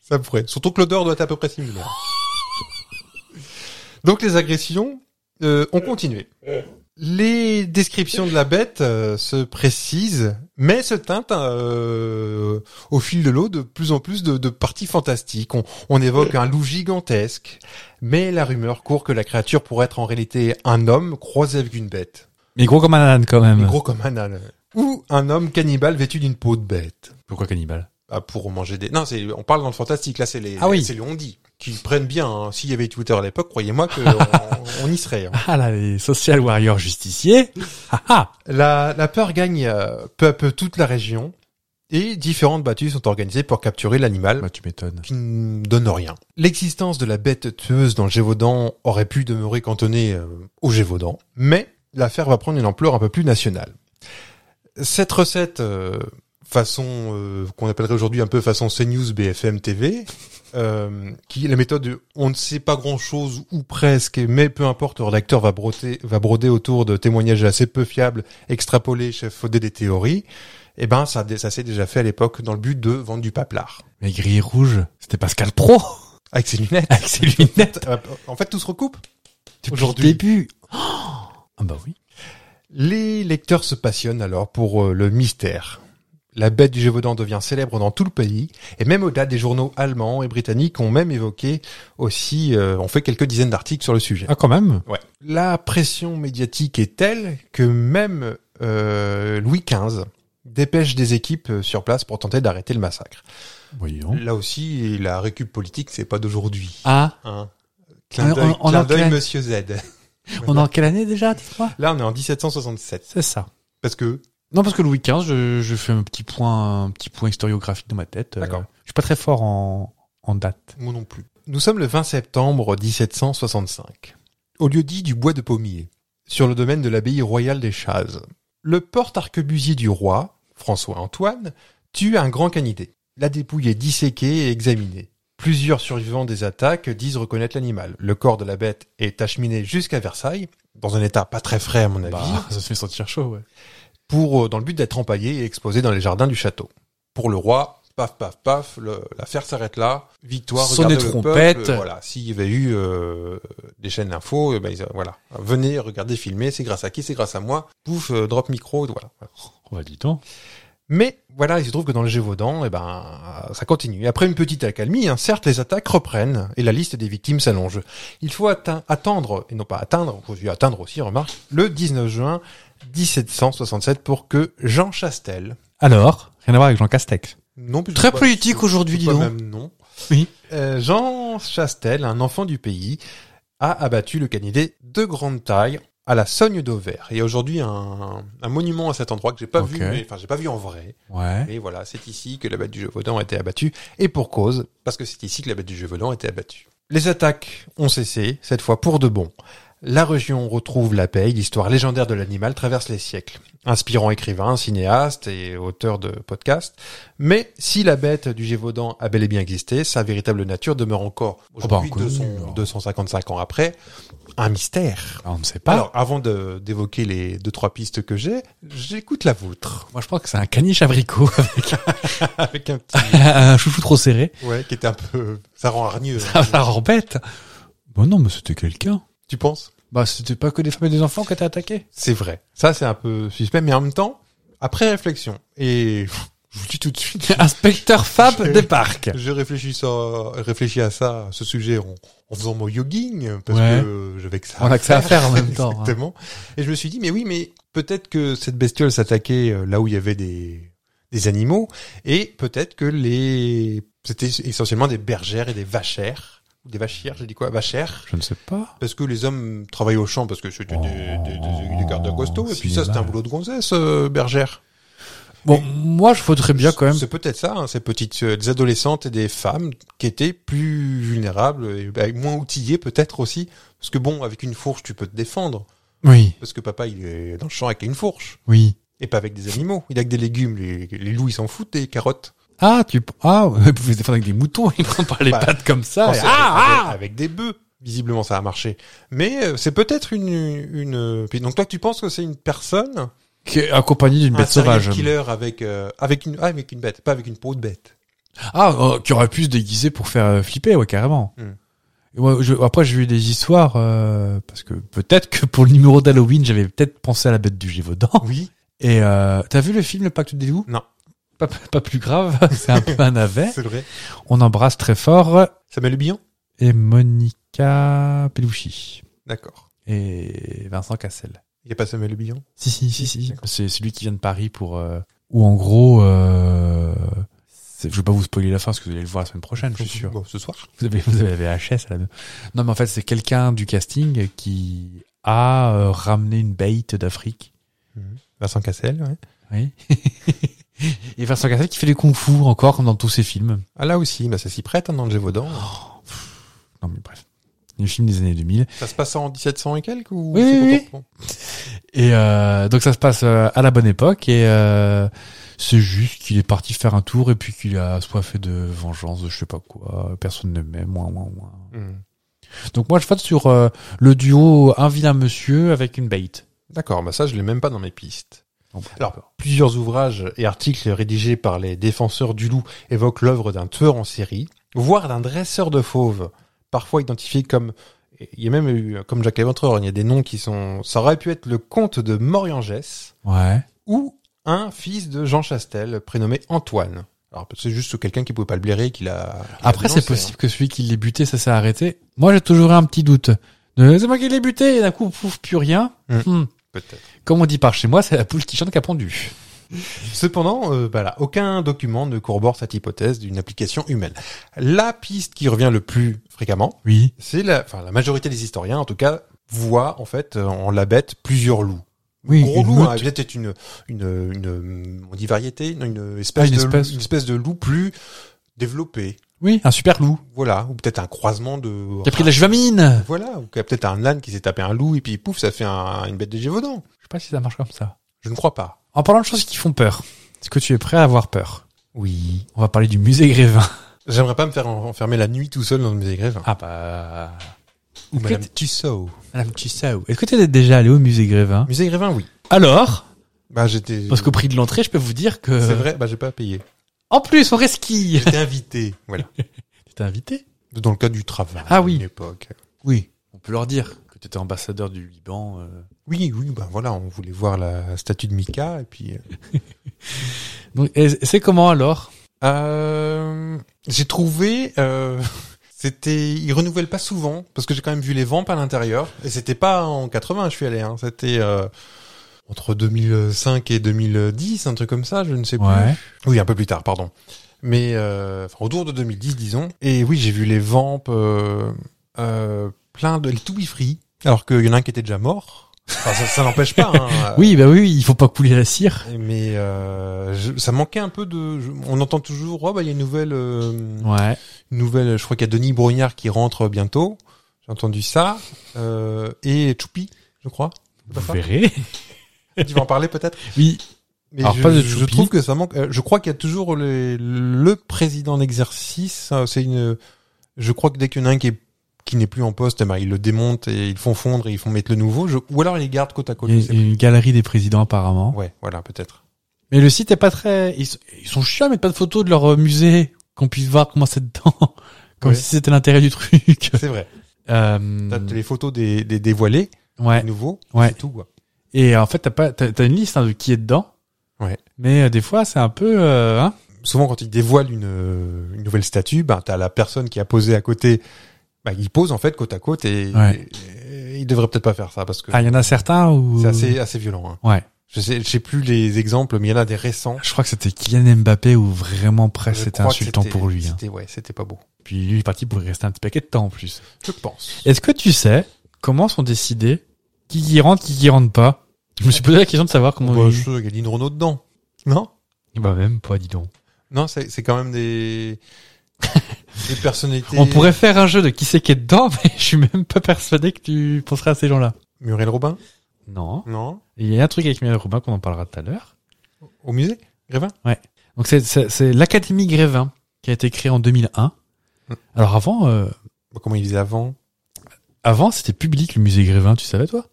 S2: Ça pourrait. Surtout que l'odeur doit être à peu près similaire. Donc les agressions euh, ont continué. Les descriptions de la bête euh, se précisent, mais se teintent euh, au fil de l'eau de plus en plus de, de parties fantastiques. On, on évoque un loup gigantesque, mais la rumeur court que la créature pourrait être en réalité un homme croisé avec une bête.
S1: Mais gros comme un âne quand
S2: Mais
S1: même.
S2: gros comme un âne. Ou un homme cannibale vêtu d'une peau de bête.
S1: Pourquoi cannibale
S2: Ah, pour manger des. Non, c'est on parle dans le fantastique. Là, c'est les.
S1: Ah oui.
S2: C'est les ondis qui prennent bien. hein. S'il y avait Twitter à l'époque, croyez-moi que on, on y serait. hein.
S1: Ah là, les social warriors justiciers Ah ah
S2: La, la peur gagne euh, peu à peu toute la région et différentes battues sont organisées pour capturer l'animal
S1: Bah, tu m'étonnes.
S2: qui ne donne rien. L'existence de la bête tueuse dans le Gévaudan aurait pu demeurer cantonnée euh, au Gévaudan, mais l'affaire va prendre une ampleur un peu plus nationale. Cette recette, euh, façon euh, qu'on appellerait aujourd'hui un peu façon CNews, BFM TV, euh, qui est la méthode de on ne sait pas grand chose ou presque, mais peu importe, le rédacteur va broder, va broder autour de témoignages assez peu fiables, extrapolés, chefauder des théories. Eh ben, ça, ça s'est déjà fait à l'époque dans le but de vendre du paplard.
S1: Mais gris et rouge, c'était Pascal Pro
S2: Avec ses lunettes.
S1: avec ses lunettes
S2: Euh, En fait, tout se recoupe.
S1: depuis
S2: Aujourd'hui.
S1: le début. Oh ah bah oui.
S2: Les lecteurs se passionnent alors pour euh, le mystère. La bête du Gévaudan devient célèbre dans tout le pays, et même au-delà des journaux allemands et britanniques ont même évoqué aussi, euh, ont fait quelques dizaines d'articles sur le sujet.
S1: Ah quand même
S2: Ouais. La pression médiatique est telle que même euh, Louis XV dépêche des équipes euh, sur place pour tenter d'arrêter le massacre.
S1: Voyons.
S2: Là aussi, la récup politique, c'est pas d'aujourd'hui.
S1: Ah,
S2: Hein. Clin
S1: On-
S2: d'œil,
S1: on- on
S2: clin
S1: en
S2: d'œil,
S1: claque.
S2: Monsieur Z.
S1: on est en quelle année déjà, dis-moi
S2: Là, on est en 1767.
S1: bah. C'est ça.
S2: Parce que
S1: Non, parce que Louis XV, je, je fais un petit point, un petit point historiographique dans ma tête. Euh,
S2: D'accord.
S1: Je suis pas très fort en, en date.
S2: Moi non plus. Nous sommes le 20 septembre 1765, au lieu dit du bois de Pommier, sur le domaine de l'abbaye royale des Chazes. Le porte-arquebusier du roi, François-Antoine, tue un grand canidé. La dépouille est disséquée et examinée. Plusieurs survivants des attaques disent reconnaître l'animal. Le corps de la bête est acheminé jusqu'à Versailles, dans un état pas très frais à mon avis,
S1: Bah, ça se fait sentir chaud, ouais.
S2: pour, euh, dans le but d'être empaillé et exposé dans les jardins du château. Pour le roi, paf, paf, paf, le- l'affaire s'arrête là. Victoire,
S1: Sonnez
S2: regardez le
S1: trompette.
S2: peuple, voilà, s'il y avait eu euh, des chaînes d'infos, eh ben, ils- voilà, venez, regardez, filmer, c'est grâce à qui, c'est grâce à moi. Pouf, euh, drop micro, voilà.
S1: On va dis donc.
S2: Mais voilà, il se trouve que dans le Gévaudan, eh ben, ça continue. Après une petite accalmie, hein, certes, les attaques reprennent et la liste des victimes s'allonge. Il faut atteint- attendre, et non pas atteindre, faut dire atteindre aussi, remarque, le 19 juin 1767 pour que Jean Chastel,
S1: Alors, rien à voir avec Jean Castex.
S2: non plus
S1: Très
S2: pas-
S1: politique
S2: c'est-
S1: aujourd'hui,
S2: c'est
S1: dis
S2: pas
S1: donc.
S2: Même non.
S1: Oui.
S2: Euh, Jean Chastel, un enfant du pays, a abattu le canidé de grande taille à la Sogne d'Auvers. Et aujourd'hui, un, un monument à cet endroit que j'ai pas
S1: Ok.
S2: vu, mais- enfin, j'ai pas vu en vrai.
S1: Ouais.
S2: Mais voilà, c'est ici que la bête du Gévaudan a été abattue, et pour cause, parce que c'est ici que la bête du Gévaudan a été abattue. Les attaques ont cessé, cette fois pour de bon. La région retrouve la paix, et l'histoire légendaire de l'animal traverse les siècles. Inspirant écrivain, cinéaste et auteur de podcasts. Mais si la bête du Gévaudan a bel et bien existé, sa véritable nature demeure encore,
S1: Oh bah,
S2: aujourd'hui,
S1: inconnue,
S2: 200
S1: alors.
S2: 255 ans après, un mystère.
S1: Bah, on ne sait pas.
S2: Alors, avant de- d'évoquer les deux, trois pistes que j'ai, j'écoute la vôtre.
S1: Moi, je crois que c'est un caniche abricot avec
S2: Avec un petit
S1: un Euh, chouchou trop serré.
S2: Ouais, qui était un peu. Ça rend hargneux.
S1: Ça, ça rembête. Bon, Bah non, mais c'était quelqu'un.
S2: Tu penses
S1: Bah, c'était pas que des femmes et des enfants qui étaient attaqués.
S2: C'est vrai. Ça, c'est un peu suspect, mais en même temps, après réflexion, et je vous dis tout de suite,
S1: Inspecteur Fab
S2: Je-
S1: des parcs.
S2: je réfléchis, ça, réfléchis à ça, à ce sujet, en, en faisant mon yogging, parce
S1: Ouais.
S2: que euh, j'avais que ça.
S1: On a que ça à faire en même temps. hein.
S2: Exactement. Et je me suis dit, mais oui, mais peut-être que cette bestiole s'attaquait euh, là où il y avait des des animaux, et peut-être que les... C'était essentiellement des bergères et des vachères. Ou Des vachières, j'ai dit quoi Vachères
S1: Je ne sais pas.
S2: parce que les hommes travaillent au champ parce que c'était des, des, des, des gardes à costaud et puis ça c'était un
S1: Oh, Cinéma.
S2: boulot de gonzesse euh, bergère
S1: Bon, moi, je voudrais bien quand même.
S2: c'est peut-être ça hein, ces petites euh, des adolescentes et des femmes qui étaient plus vulnérables et bah, moins outillées peut-être aussi parce que bon avec une fourche tu peux te défendre
S1: Oui,
S2: parce que papa il est dans le champ avec une fourche
S1: oui.
S2: et pas avec des animaux il a que des légumes les, les loups ils s'en foutent des carottes
S1: Ah, tu. Ah, vous pouvez défendre avec des moutons, ils prennent pas les
S2: Bah,
S1: pattes comme ça.
S2: Enfin,
S1: et-
S2: c'est-
S1: Ah,
S2: avec,
S1: ah
S2: avec des bœufs visiblement ça a marché mais euh, c'est peut-être une une euh, puis donc toi tu penses que c'est une personne
S1: Qui- Accompagné d'une
S2: un
S1: bête
S2: serial
S1: sauvage.
S2: killer avec euh, avec une ah, avec une bête, pas avec une peau de bête.
S1: Ah, euh, qui aurait pu se déguiser pour faire euh, flipper, ouais, carrément.
S2: Hmm.
S1: Et moi, je- après, j'ai eu des histoires, euh, parce que peut-être que pour le numéro d'Halloween, j'avais peut-être pensé à la bête du Gévaudan.
S2: Oui.
S1: Et euh, t'as vu le film Le Pacte des loups
S2: Non.
S1: Pas, pas plus grave, c'est un peu un navet.
S2: C'est vrai.
S1: On embrasse très fort
S2: Samuel Le Billon
S1: et Monica Bellucci
S2: D'accord.
S1: et Vincent Cassel.
S2: Il n'y a pas Samuel Le Billon
S1: Si, si, si, si.
S2: D'accord.
S1: C'est celui qui vient de Paris pour... euh, Ou en gros... Euh... c'est- Je vais pas vous spoiler la fin parce que vous allez le voir la semaine prochaine, je suis sûr.
S2: Bon, ce soir.
S1: Vous avez, vous avez la HS à la Non, mais en fait, c'est quelqu'un du casting qui a euh, ramené une bête d'Afrique.
S2: Vincent Cassel, ouais.
S1: Oui. Et Vincent Cassel qui fait du kung fu encore, comme dans tous ses films.
S2: Ah là aussi, bah ça s'y prête hein, dans le Gévaudan.
S1: Oh. Non, mais bref. Les films des années 2000.
S2: Ça se passe en 1700 et quelques ou
S1: Oui,
S2: c'est
S1: oui, oui.
S2: contemporain
S1: Et euh, donc, ça se passe euh, à la bonne époque. Et euh, c'est juste qu'il est parti faire un tour et puis qu'il a soif de vengeance, de je sais pas quoi. Personne ne m'aime, moins, moins, moins.
S2: Hmm.
S1: Donc, moi, je vote sur euh, le duo Un vilain monsieur avec une bête.
S2: D'accord, bah ça je l'ai même pas dans mes pistes.
S1: Bon, bah, d'accord.
S2: Alors, plusieurs ouvrages et articles rédigés par les défenseurs du loup évoquent l'œuvre d'un tueur en série, voire d'un dresseur de fauves, parfois identifié comme... Il y a même eu, euh, comme Jacques Léventreur, il y a des noms qui sont... Ça aurait pu être le comte de Moriangès
S1: Ouais.
S2: ou un fils de Jean Chastel, prénommé Antoine. Alors, peut-être c'est juste quelqu'un qui pouvait pas le blairer, qui l'a... qui l'a
S1: Après, c'est
S2: dénoncé,
S1: possible que celui qui l'ait buté, ça s'est arrêté. Moi, j'ai toujours eu un petit doute. De, C'est moi qui l'ai buté, et d'un coup, pouf, plus rien.
S2: Mm.
S1: Hmm.
S2: hein, peut-être.
S1: Comme on dit par chez moi, c'est la poule qui chante qui a pendu.
S2: Cependant, euh, voilà, aucun document ne corrobore cette hypothèse d'une application humaine. La piste qui revient le plus fréquemment,
S1: Oui.
S2: C'est la, enfin, la majorité des historiens, en tout cas, voient en fait euh, en la bête plusieurs loups.
S1: Oui,
S2: Gros
S1: une
S2: loup,
S1: meute.
S2: hein, peut-être est une, une, une, on dit variété, non, une espèce,
S1: Ah, une
S2: de
S1: espèce.
S2: Loup, une espèce de loup plus développé.
S1: Oui, un super loup.
S2: Voilà, ou peut-être un croisement de.
S1: Qui a pris de la juvamine.
S2: Voilà, ou qu'il y a peut-être un âne qui s'est tapé un loup et puis pouf, ça fait un- une bête de Gévaudan.
S1: Je sais pas si ça marche comme ça.
S2: Je ne crois pas.
S1: En parlant de choses qui font peur, est-ce que tu es prêt à avoir peur Oui. On va parler du musée Grévin.
S2: J'aimerais pas me faire en- enfermer la nuit tout seul dans le musée Grévin.
S1: Ah bah...
S2: ou
S1: que
S2: Madame
S1: t-
S2: Tussaud.
S1: Madame Tussauds, est-ce que tu es déjà allé au musée Grévin
S2: Musée Grévin, oui.
S1: Alors
S2: Bah j'étais.
S1: Parce euh, qu'au prix de l'entrée, je peux vous dire que...
S2: C'est vrai, bah j'ai pas payé.
S1: En plus, on resquille
S2: J'étais invité. Voilà.
S1: T'es invité
S2: Dans le cadre du travail.
S1: Ah oui.
S2: À une époque.
S1: Oui. On peut leur dire que tu étais ambassadeur du Liban. euh.
S2: Oui, oui, ben voilà, on voulait voir la statue de Mika et puis.
S1: Donc, et c'est comment alors
S2: Euh, j'ai trouvé, euh, c'était, ils renouvellent pas souvent parce que j'ai quand même vu les vents à l'intérieur et c'était pas en 80, je suis allé, hein, c'était euh, entre 2005 et 2010, un truc comme ça, je ne sais plus.
S1: Ouais.
S2: Oui, un peu plus tard, pardon. Mais euh, enfin, autour de 2010, disons. Et oui, j'ai vu les vamps euh, euh, plein de les tout free, alors qu'il y en a un qui était déjà mort. Enfin, ça, ça n'empêche pas. Hein,
S1: Oui, bah oui, il faut pas couler la cire.
S2: Mais euh, je- ça manquait un peu de. je- on entend toujours, oh bah il y a une nouvelle, euh,
S1: Ouais.
S2: une nouvelle. Je crois qu'il y a Denis Brognard qui rentre bientôt. J'ai entendu ça euh, et Choupi, je crois. C'est pas
S1: Vous
S2: ça
S1: verrez.
S2: Tu vas en parler peut-être.
S1: Oui.
S2: Mais
S1: Alors,
S2: je,
S1: pas de
S2: je
S1: Choupi.
S2: trouve que ça manque. euh, Je crois qu'il y a toujours les- le président d'exercice. euh, C'est une. Je crois que dès qu'il y en a un qui est qui n'est plus en poste, eh ben, ils le démontent et ils font fondre et ils font mettre le nouveau. Je- ou alors ils les gardent côte à côte.
S1: Il y a-
S2: je
S1: il
S2: sais
S1: y a une galerie des présidents apparemment.
S2: pas. Ouais, voilà, peut-être.
S1: Mais le site est pas très. Ils, sont- ils sont chiants, mais pas de photos de leur euh, musée qu'on puisse voir comment c'est dedans. Comme
S2: Ouais.
S1: si c'était l'intérêt du truc.
S2: C'est vrai.
S1: Euh,
S2: T'as les photos des, des dévoilés,
S1: ouais.
S2: des nouveaux,
S1: Ouais.
S2: c'est tout. quoi.
S1: Et euh, en fait, t'as pas, t'as t'as une liste hein, de qui est dedans.
S2: Ouais.
S1: Mais euh, des fois, c'est un peu. euh, hein
S2: souvent quand ils dévoilent une, euh, une nouvelle statue, ben t'as la personne qui a posé à côté, ben, il pose en fait côte à côte et,
S1: Ouais.
S2: et- et il devrait peut-être pas faire ça parce que
S1: ah, il y en a certains où.
S2: c'est assez assez violent. hein.
S1: Ouais.
S2: Je sais, je sais plus les exemples, mais il y en a des récents.
S1: Je crois que c'était Kylian Mbappé où vraiment
S2: Je
S1: presque c'était
S2: crois que
S1: insultant
S2: c'était-
S1: pour lui. hein.
S2: C'était, ouais, c'était pas beau.
S1: Puis lui il est parti pour y rester un petit paquet de temps en plus.
S2: Je pense.
S1: Est-ce que tu sais comment sont décidés qui qui rentre, qui qui rentre pas Je me suis posé la question de savoir comment.
S2: Bah,
S1: ils-
S2: je sais qu'il y a Lynn Renault dedans. Non?
S1: Bah même pas, dis donc.
S2: Non, c'est, c'est quand même des, des personnalités.
S1: On pourrait faire un jeu de qui c'est qui est dedans, mais je suis même pas persuadé que tu penseras à ces gens-là.
S2: Muriel Robin?
S1: Non.
S2: Non.
S1: Il y a un truc avec Muriel Robin qu'on en parlera tout à l'heure.
S2: Au musée? Grévin?
S1: Donc c'est- c'est c'est l'Académie Grévin qui a été créée en 2001.
S2: Mm.
S1: Alors avant, euh,
S2: Bah, Comment il faisait avant?
S1: avant c'était public le musée Grévin, tu savais toi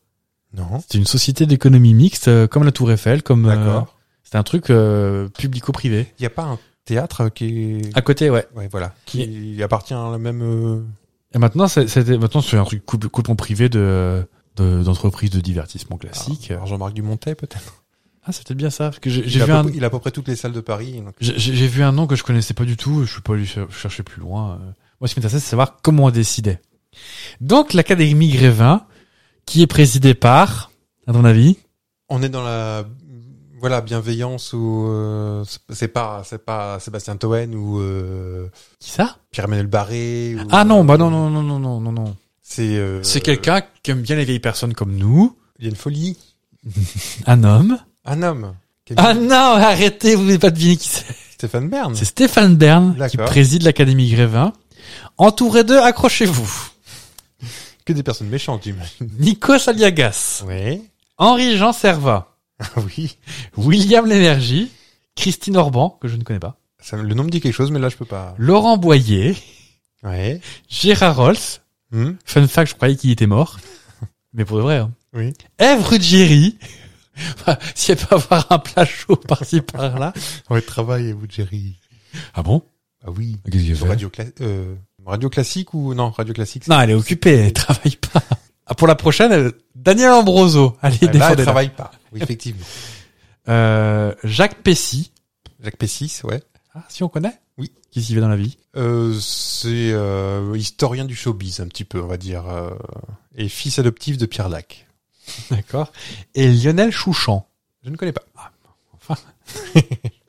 S2: Non.
S1: C'était une société d'économie mixte, euh, comme la Tour Eiffel, comme euh,
S2: D'accord.
S1: c'était un truc euh, publico-privé.
S2: Il n'y a pas un théâtre qui est...
S1: À côté, ouais.
S2: Ouais, voilà. Qui appartient à la même... euh,
S1: Et maintenant, c'est- c'était maintenant c'est un truc coup- coupon privé de de- d'entreprises de, divertissement classique.
S2: alors, Jean-Marc Dumontet, peut-être.
S1: Ah, c'était bien ça, parce que j'ai j'ai
S2: Il, a
S1: vu
S2: à
S1: un
S2: peu- il a à peu près toutes les salles de Paris. donc-
S1: j'ai- j'ai vu un nom que je connaissais pas du tout. Je suis pas allé cher- chercher plus loin. euh. Moi, ce qui m'intéressait, c'est savoir comment on décidait. Donc, l'Académie Grévin, qui est présidée par, à ton avis,
S2: On est dans la voilà bienveillance ou euh, c'est pas c'est pas Sébastien Toen ou euh,
S1: qui ça
S2: Pierre-Emmanuel Barré. ou-
S1: Ah non, bah non, non, non, non, non, non, non.
S2: C'est euh,
S1: C'est quelqu'un qui aime bien les vieilles personnes comme nous,
S2: Il y a une folie.
S1: un homme.
S2: Un homme. Qui est-
S1: Ah non, arrêtez, vous n'avez pas deviné qui c'est.
S2: Stéphane Bern.
S1: Ah. C'est Stéphane Bern qui
S2: D'accord.
S1: préside l'Académie Grévin. Entouré d'eux, accrochez-vous.
S2: Que des personnes méchantes, j'imagine.
S1: Nikos Aliagas,
S2: Oui.
S1: Henri-Jean Servat,
S2: Ah oui.
S1: William Lénergie, Christine Orban, que je ne connais pas,
S2: Ça, le nom me dit quelque chose, mais là je peux pas.
S1: Laurent Boyer,
S2: Ouais.
S1: Gérard Rolls,
S2: Hmm.
S1: fun fact, je croyais qu'il était mort, mais pour de vrai, hein.
S2: Oui.
S1: Ève Ruggieri, Enfin, si elle peut avoir un plat chaud par-ci par-là.
S2: Ouais, travail, vous, Jerry.
S1: Ah bon
S2: Ah oui.
S1: Qu'est-ce qu'il
S2: Sur Radio, Cla- euh, radio classique ou non radio classique c'est-
S1: Non, elle est occupée, elle travaille pas. Ah, pour la prochaine, euh, Daniel Ambroso. Allez,
S2: Ah, là, elle
S1: défendez-la.
S2: travaille pas. Oui, effectivement.
S1: Euh, Jacques Pessy.
S2: Jacques Pessis, ouais.
S1: Ah, si on connaît
S2: Oui.
S1: Qui s'y fait dans la vie
S2: Euh, c'est euh, historien du showbiz un petit peu, on va dire, euh, et fils adoptif de Pierre Lac.
S1: D'accord. Et Lionel Chouchan.
S2: Je ne connais pas.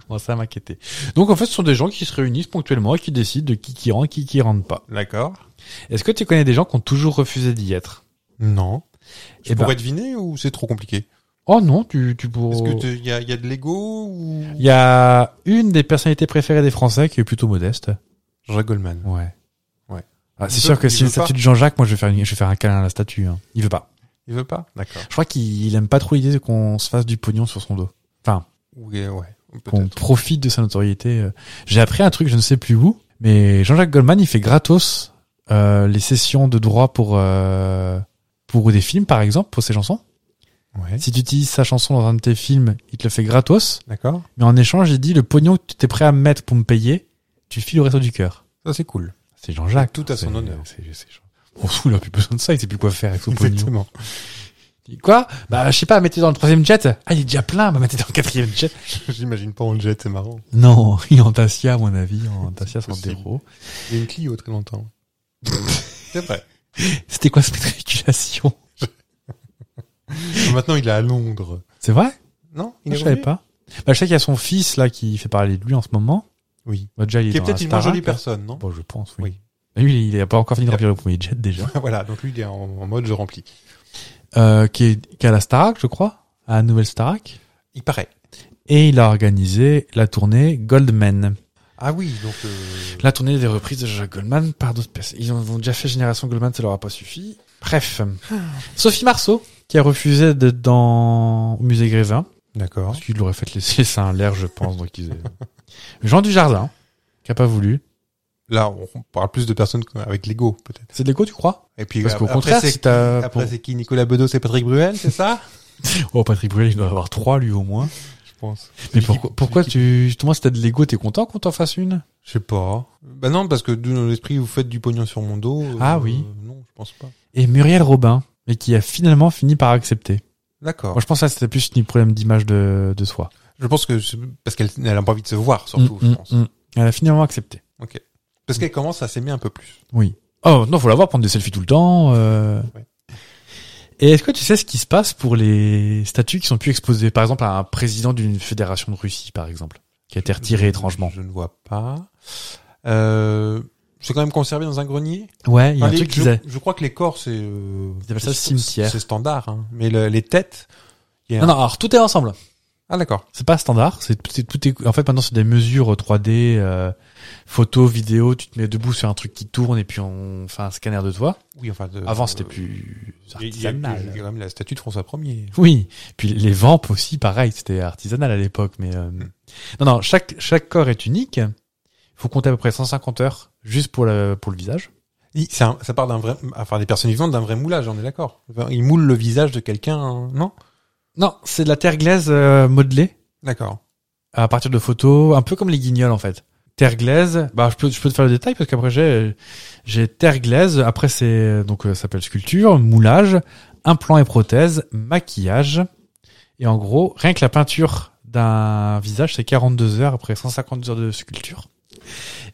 S1: Bon, ça m'inquiétait. Donc, en fait, ce sont des gens qui se réunissent ponctuellement et qui décident de qui qui rentre, qui qui rentre pas.
S2: D'accord.
S1: Est-ce que tu connais des gens qui ont toujours refusé d'y être
S2: Non. Je
S1: Eh ben-
S2: pourrais deviner ou c'est trop compliqué
S1: Oh non, tu, tu
S2: Est-ce que
S1: pourrais...
S2: t'es- il y a, il y a de l'ego ou
S1: Il y a une des personnalités préférées des Français qui est plutôt modeste.
S2: Jean-Jacques Goldman.
S1: Ouais.
S2: Ouais.
S1: Ah, c'est
S2: Il
S1: sûr
S2: veut-
S1: que
S2: il
S1: si
S2: veut
S1: une statue de Jean-Jacques, moi, je vais faire, une- je vais faire un câlin à la statue. hein. Il veut pas.
S2: Il veut pas D'accord.
S1: Je crois qu'il aime pas trop l'idée qu'on se fasse du pognon sur son dos.
S2: Oui, euh, ouais.
S1: Qu'on
S2: Peut-être.
S1: profite de sa notoriété. euh. J'ai appris un truc, je ne sais plus où, mais Jean-Jacques Goldman, il fait gratos euh, les sessions de droit pour euh, pour des films, par exemple, pour ses chansons.
S2: Ouais.
S1: Si tu utilises sa chanson dans un de tes films, il te le fait gratos.
S2: D'accord.
S1: Mais en échange, il dit le pognon que tu es prêt à me mettre pour me payer, tu files au resto du cœur.
S2: Ça c'est cool.
S1: C'est Jean-Jacques.
S2: Tout à son
S1: C'est-
S2: honneur.
S1: c'est- c'est Jean- On fout, il a plus besoin de ça, il sait plus quoi faire avec son pognon.
S2: Exactement.
S1: Quoi Bah, je sais pas, mettez dans le troisième jet. Ah, il est déjà plein, bah, mettez dans le quatrième jet.
S2: J'imagine pas en jet, c'est marrant.
S1: Non, il est en Dacia, à mon avis, en Dacia
S2: possible.
S1: Sandero.
S2: Il y a une Clio très longtemps. c'est vrai.
S1: C'était quoi cette matriculation
S2: Maintenant, il est à Londres.
S1: C'est vrai
S2: Non
S1: Je savais pas. Bah, je sais qu'il y a son fils là qui fait parler de lui en ce moment.
S2: Oui.
S1: Bah, déjà, il est
S2: Qui est
S1: dans
S2: peut-être
S1: la
S2: une moins jolie
S1: Starac, là.
S2: personne, non
S1: Bon, je pense, oui.
S2: Oui.
S1: Mais lui, il a pas encore fini de remplir le premier jet déjà.
S2: Voilà, donc lui, il est en, en mode je remplis.
S1: Euh, qui, est, qui est à la Starac, je crois, à la nouvelle Starac.
S2: Il paraît.
S1: Et il a organisé la tournée Goldman.
S2: Ah oui, donc... euh,
S1: La tournée des reprises de Jacques Goldman par d'autres personnes. Ils ont, ont déjà fait Génération Goldman, ça leur a pas suffi. Bref. Sophie Marceau, qui a refusé d'être dans au musée Grévin.
S2: D'accord.
S1: Parce qu'il aurait fait laisser ça un l'air, je pense. Donc ils... Jean Dujardin, qui a pas voulu.
S2: Là, on parle plus de personnes avec l'ego, peut-être.
S1: C'est de l'écho, tu crois
S2: Et puis,
S1: Parce qu'au
S2: après,
S1: contraire,
S2: c'est-
S1: si t'as-
S2: après, c'est qui Nicolas Bedos et Patrick Bruel, c'est ça
S1: Oh, Patrick Bruel, il doit avoir trois, lui, au moins.
S2: Je pense.
S1: Mais pourquoi, pourquoi tu... Justement, si t'as de l'ego, t'es content qu'on t'en fasse une
S2: Je sais pas. Bah non, parce que d'où dans l'esprit, vous faites du pognon sur mon dos. euh,
S1: Ah oui.
S2: Non, je pense pas.
S1: Et Muriel Robin, mais qui a finalement fini par accepter.
S2: D'accord.
S1: Moi, je pense que là, c'était plus un problème d'image de, de soi.
S2: Je pense que c'est parce qu'elle elle a pas envie de se voir, surtout,
S1: Mm,
S2: je
S1: mm,
S2: pense.
S1: mm. Elle a finalement accepté.
S2: Parce qu'elle commence à s'aimer un peu plus.
S1: Oui. Oh, non, faut la voir prendre des selfies tout le temps. euh.
S2: Ouais.
S1: Et est-ce que tu sais ce qui se passe pour les statues qui sont plus exposées Par exemple, à un président d'une fédération de Russie, par exemple, qui a été
S2: Euh,
S1: retiré étrangement.
S2: Je ne vois pas. Euh, c'est quand même conservé dans un grenier.
S1: Ouais, il y a
S2: Enfin,
S1: un
S2: les-
S1: truc
S2: je,
S1: qu'ils a...
S2: je crois que les corps, c'est. euh,
S1: Ils appellent ça
S2: c'est-
S1: cimetière.
S2: C'est standard, hein. mais le- les têtes. il y a
S1: Non, non,
S2: un-
S1: alors tout est ensemble.
S2: Ah d'accord.
S1: C'est pas standard. C'est c'est- tout est. En fait, maintenant, c'est des mesures 3D, euh, photo, vidéo. Tu te mets debout sur un truc qui tourne et puis on fait un scanner de toi.
S2: Oui, enfin. de- euh,
S1: Avant, c'était plus
S2: Il y a- il y a-
S1: artisanal.
S2: il y a quand même la statue de François 1er.
S1: Oui, puis les vampes aussi, pareil, c'était artisanal à l'époque, mais euh, non, non, chaque chaque corps est unique. Il faut compter à peu près 150 heures juste pour le pour le visage.
S2: Il- c'est un- ça part d'un vrai, enfin des personnes vivantes d'un vrai moulage, on est d'accord. Enfin, Ils moulent le visage de quelqu'un, hein, non
S1: Non, c'est de la terre glaise euh, modelée
S2: D'accord.
S1: à partir de photos, un peu comme les guignols en fait. Terre glaise, bah je peux je peux te faire le détail parce qu'après j'ai j'ai terre glaise, après c'est donc euh, ça s'appelle sculpture, moulage, implant et prothèse, maquillage et en gros, rien que la peinture d'un visage, c'est 42 heures après 150 heures de sculpture.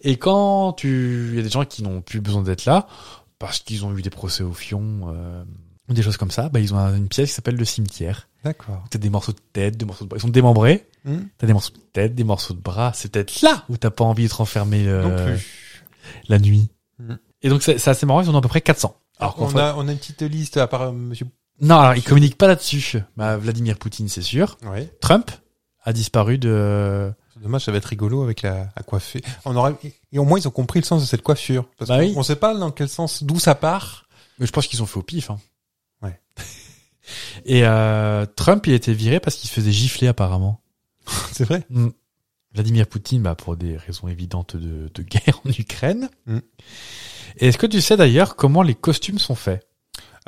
S1: Et quand tu il y a des gens qui n'ont plus besoin d'être là parce qu'ils ont eu des procès au fion euh, ou des choses comme ça, bah ils ont une pièce qui s'appelle le cimetière.
S2: D'accord.
S1: C'est des morceaux de tête, des morceaux de bras, ils sont démembrés
S2: Hum,
S1: T'as des morceaux de tête, des morceaux de bras. C'est peut-être là où t'as pas envie de te renfermer euh,
S2: non plus.
S1: la nuit.
S2: Mm.
S1: Et donc c'est c'est assez marrant, ils en ont à peu près 400. Alors qu'on
S2: on,
S1: fait-
S2: a, on a une petite liste à part euh, Monsieur.
S1: Non, alors ils communiquent pas là-dessus. Bah, Vladimir Poutine, c'est sûr.
S2: Ouais.
S1: Trump a disparu de...
S2: C'est dommage, ça va être rigolo avec la, la coiffée. On aura, et au moins ils ont compris le sens de cette coiffure. Parce
S1: Bah
S2: qu'on
S1: oui.
S2: on sait pas dans quel sens, d'où ça part.
S1: Mais je pense qu'ils ont fait au pif. Hein.
S2: Ouais.
S1: Et euh, Trump, il a été viré parce qu'il se faisait gifler apparemment.
S2: C'est vrai.
S1: Mm. Vladimir Poutine, bah, pour des raisons évidentes de, de guerre en Ukraine.
S2: Mm.
S1: Et Est-ce que tu sais d'ailleurs comment les costumes sont faits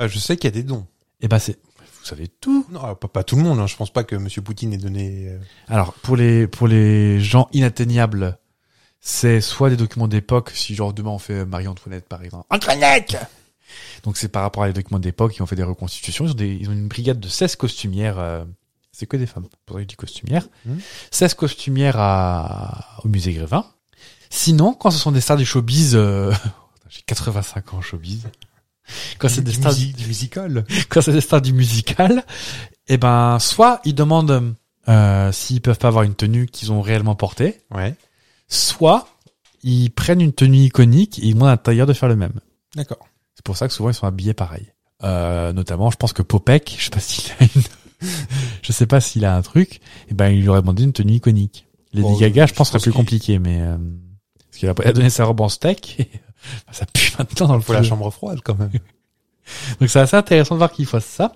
S2: Euh, je sais qu'il y a des dons.
S1: Eh ben c'est... Vous savez tout
S2: Non, alors, pas, pas tout le monde. Hein. Je pense pas que Monsieur Poutine ait donné. euh,
S1: Alors, pour les, pour les gens inatteignables, c'est soit des documents d'époque, si genre demain on fait Marie-Antoinette par exemple. Antoinette Donc c'est par rapport à les documents d'époque qui ont fait des reconstitutions. Ils ont, des- ils ont une brigade de 16 costumières. euh, c'est que des femmes, pour ça que je dis costumières.
S2: Mhm.
S1: 16 costumières à, au musée Grévin. Sinon, quand ce sont des stars du showbiz, euh, j'ai 85 ans en showbiz. Quand c'est des
S2: du,
S1: stars
S2: musi- du musical.
S1: quand c'est des stars du musical, eh ben, soit ils demandent euh, s'ils peuvent pas avoir une tenue qu'ils ont réellement portée,
S2: Ouais.
S1: soit ils prennent une tenue iconique et ils demandent à un tailleur de faire le même.
S2: D'accord.
S1: C'est pour ça que souvent ils sont habillés pareil. Euh, notamment, je pense que Popek, je sais pas s'il a une, je sais pas s'il a un truc, eh ben, il lui aurait demandé une tenue iconique. Lady
S2: Bon,
S1: Gaga,
S2: Oh, je-
S1: je pense, serait
S2: je
S1: plus
S2: pense qu'il-
S1: compliqué, mais euh, parce qu'il a elle a donné sa robe en steak. et ça pue maintenant dans le
S2: Faut la
S1: feu.
S2: chambre froide quand même.
S1: Donc c'est assez intéressant de voir qu'ils fassent ça.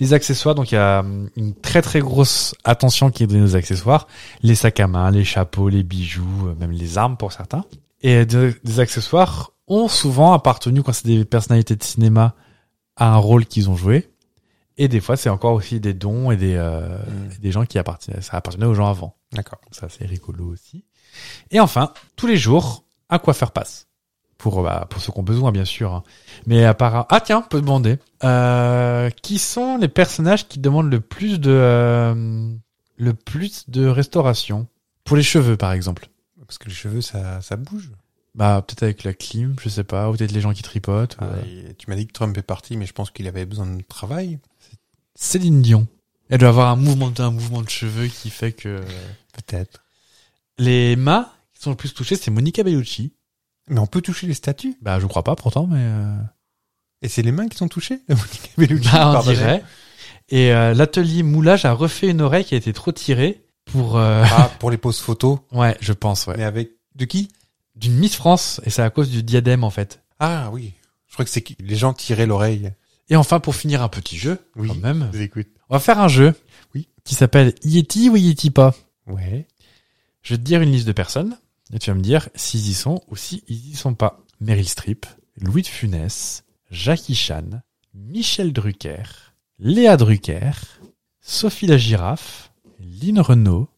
S1: Les accessoires, donc il y a hum, une très très grosse attention qui est donnée aux accessoires. Les sacs à main, les chapeaux, les bijoux, euh, même les armes pour certains. Et euh, des, des accessoires ont souvent appartenu, quand c'est des personnalités de cinéma, à un rôle qu'ils ont joué. Et des fois, c'est encore aussi des dons et des, euh,
S2: Mm.
S1: des gens qui appartenaient, ça appartenait aux gens avant.
S2: D'accord.
S1: Donc ça, c'est rigolo aussi. Et enfin, tous les jours, un coiffeur passe. Pour, euh, bah, pour ceux qui ont besoin, bien sûr. hein. Mais à part... Ah tiens, on peut demander. Euh, qui sont les personnages qui demandent le plus de... euh, le plus de restauration Pour les cheveux, par exemple.
S2: Parce que les cheveux, ça, ça bouge.
S1: Bah, peut-être avec la clim, je sais pas. Ou peut-être les gens qui tripotent. ou,
S2: Ah,
S1: euh,
S2: et tu m'as dit que Trump est parti, mais je pense qu'il avait besoin de travail.
S1: Céline Dion. Elle doit avoir un mouvement, de- un mouvement de cheveux qui fait que...
S2: Peut-être.
S1: Les mains qui sont le plus touchées, c'est Monica Bellucci.
S2: Mais on peut toucher les statues.
S1: Bah, je crois pas pourtant, mais... euh,
S2: Et c'est les mains qui sont touchées de Monica Bellucci,
S1: Bah, on
S2: pardonnez.
S1: dirait. Et euh, l'atelier moulage a refait une oreille qui a été trop tirée pour. euh,
S2: Ah, pour les poses photos.
S1: Ouais, je pense, ouais.
S2: Mais avec. De qui
S1: D'une Miss France, et c'est à cause du diadème en fait.
S2: Ah oui. Je crois que c'est qui les gens tiraient l'oreille.
S1: Et enfin, pour finir, un petit jeu,
S2: Oui.
S1: quand même.
S2: écoute.
S1: On va faire un jeu.
S2: Oui.
S1: Qui s'appelle Yeti ou Yeti pas.
S2: Ouais.
S1: Je vais te dire une liste de personnes, et tu vas me dire s'ils y sont ou s'ils y sont pas. Meryl Streep, Louis de Funès, Jackie Chan, Michel Drucker, Léa Drucker, Sophie la Girafe, Lynn Renault,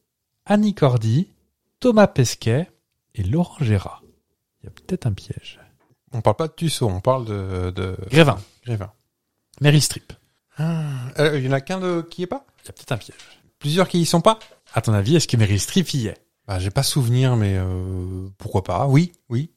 S1: Annie Cordy, Thomas Pesquet et Laurent Gérard. Il y a peut-être un piège.
S2: On parle pas de Tussaud, on parle de. de...
S1: Grévin,
S2: Grévin.
S1: Meryl Streep.
S2: Ah, euh, Il y en a qu'un de... qui y est pas
S1: Il y a peut-être un piège.
S2: Plusieurs qui y sont pas
S1: À ton avis, est-ce que Meryl Streep y est
S2: Bah, j'ai pas souvenir, mais euh, pourquoi pas Oui, oui.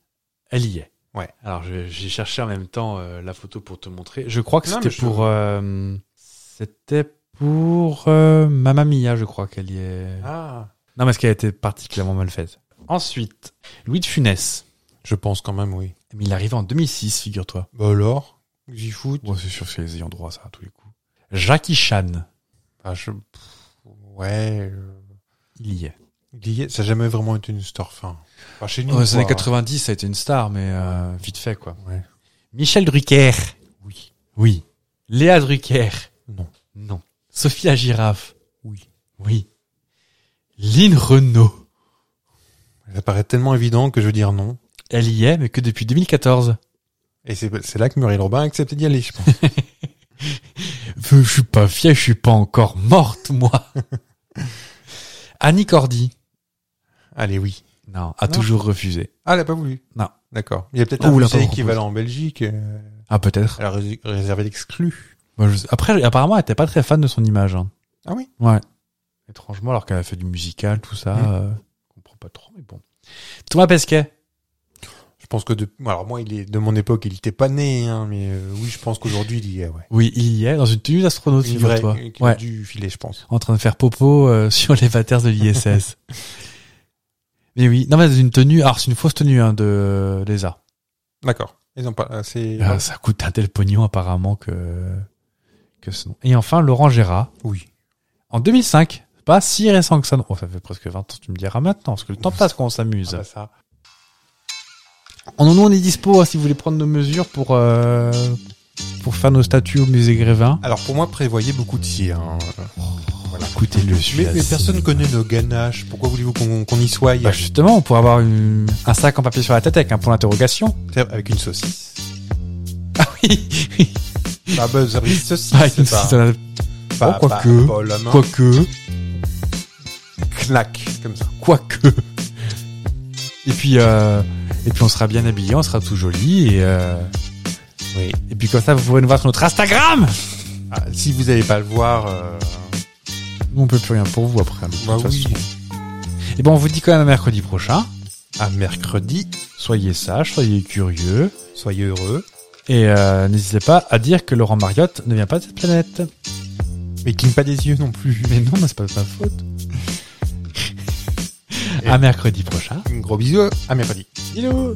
S1: Elle y est.
S2: Ouais.
S1: Alors, je- j'ai cherché en même temps euh, la photo pour te montrer. Je crois que
S2: Non,
S1: c'était
S2: mais je-
S1: pour. euh, c'était pour euh, Mamma Mia, je crois qu'elle y est.
S2: Ah.
S1: Non, parce qu'elle a été particulièrement mal faite. Ensuite, Louis de Funès.
S2: Je pense quand même, oui.
S1: Mais il est arrivé en 2006, figure-toi.
S2: Bah alors J'y fout
S1: Bon, c'est sûr que c'est les ayants droit, ça, à tous les coups. Jackie Chan,
S2: Ah, je... pff, Ouais. euh,
S1: il y est.
S2: il y est- Ça n'a jamais vraiment été une star fin. Enfin, chez nous.
S1: Dans les
S2: quoi.
S1: années 90, ça a été une star, mais euh, vite fait, quoi.
S2: Ouais.
S1: Michel Drucker.
S2: Oui.
S1: Oui. Léa Drucker.
S2: Non.
S1: Non. Sophia Giraffe.
S2: Oui.
S1: Oui. Lynn Renault.
S2: Ça paraît tellement évident que je veux dire non.
S1: Elle y est, mais que depuis 2014.
S2: Et c'est c'est là que Muriel Robin a accepté d'y aller, je pense.
S1: Je suis pas fier, je suis pas encore morte, moi. Annie Cordy.
S2: Allez, oui.
S1: Non, a
S2: Non.
S1: toujours refusé.
S2: Ah, elle n'a pas voulu
S1: Non.
S2: D'accord. Il y a peut-être
S1: Ou
S2: un
S1: l'a
S2: lycée
S1: pas
S2: équivalent en Belgique. euh,
S1: Ah, peut-être.
S2: Elle a rés- réservé l'exclu.
S1: Moi, je- Après, apparemment, elle était pas très fan de son image. hein.
S2: Ah oui
S1: Ouais. Étrangement, alors qu'elle a fait du musical, tout ça.
S2: Mhm.
S1: euh, je comprends pas trop, mais bon. Thomas Pesquet.
S2: Je pense que de... Alors moi, il est de mon époque, il n'était pas né, hein, mais euh, oui, je pense qu'aujourd'hui, il y est, ouais.
S1: Oui, il y est, dans une tenue d'astronaute,
S2: Une vraie
S1: figure-toi.
S2: euh, qui a
S1: Ouais.
S2: dû filer, je pense.
S1: En train de faire popo euh, sur les vatères de l'ISS. mais oui, non, mais dans une tenue. Alors, c'est une fausse tenue hein, de l'ESA.
S2: D'accord. Ils ont pas assez...
S1: Euh, ça coûte un tel pognon, apparemment, que, que ce nom. Et enfin, Laurent Gérard.
S2: Oui.
S1: En 2005. Pas si récent que ça. non. Oh, ça fait presque 20 ans, tu me diras maintenant, parce que le temps passe quand on s'amuse.
S2: Ah bah ça.
S1: On nous, on est dispo hein, si vous voulez prendre nos mesures pour, euh, pour faire nos statues au musée Grévin.
S2: Alors pour moi, prévoyez beaucoup de tir. hein.
S1: Écoutez-le,
S2: Mais, mais personne connaît nos ganaches. Pourquoi voulez-vous qu'on qu'on y soit
S1: Bah justement, on pourrait avoir une- un sac en papier sur la tête avec un point d'interrogation.
S2: Avec une saucisse.
S1: Oui, oui.
S2: Ah bah, ça risque saucisse.
S1: Avec une hein.
S2: c'est pas-
S1: sauce à la-
S2: pas-
S1: Oh,
S2: pas- hein,
S1: quoique.
S2: pas la main.
S1: Quoique,
S2: Knack, comme ça.
S1: quoique. Et puis, euh, et puis on sera bien habillé, on sera tout joli et, euh,
S2: Oui.
S1: et puis comme ça vous pourrez nous voir sur notre Instagram.
S2: Ah, si vous n'allez pas le voir, euh,
S1: Nous, on peut plus rien pour vous après. de toute
S2: bah oui.
S1: façon. Et ben on vous dit quand même à mercredi prochain.
S2: À mercredi.
S1: Soyez sages, soyez curieux.
S2: Soyez heureux.
S1: Et euh, n'hésitez pas à dire que Laurent Mariotte ne vient pas de cette planète.
S2: Mais cligne pas des yeux non plus.
S1: Mais non, mais c'est pas de ma faute. à mercredi prochain.
S2: Gros bisous. À mercredi.
S1: Bisous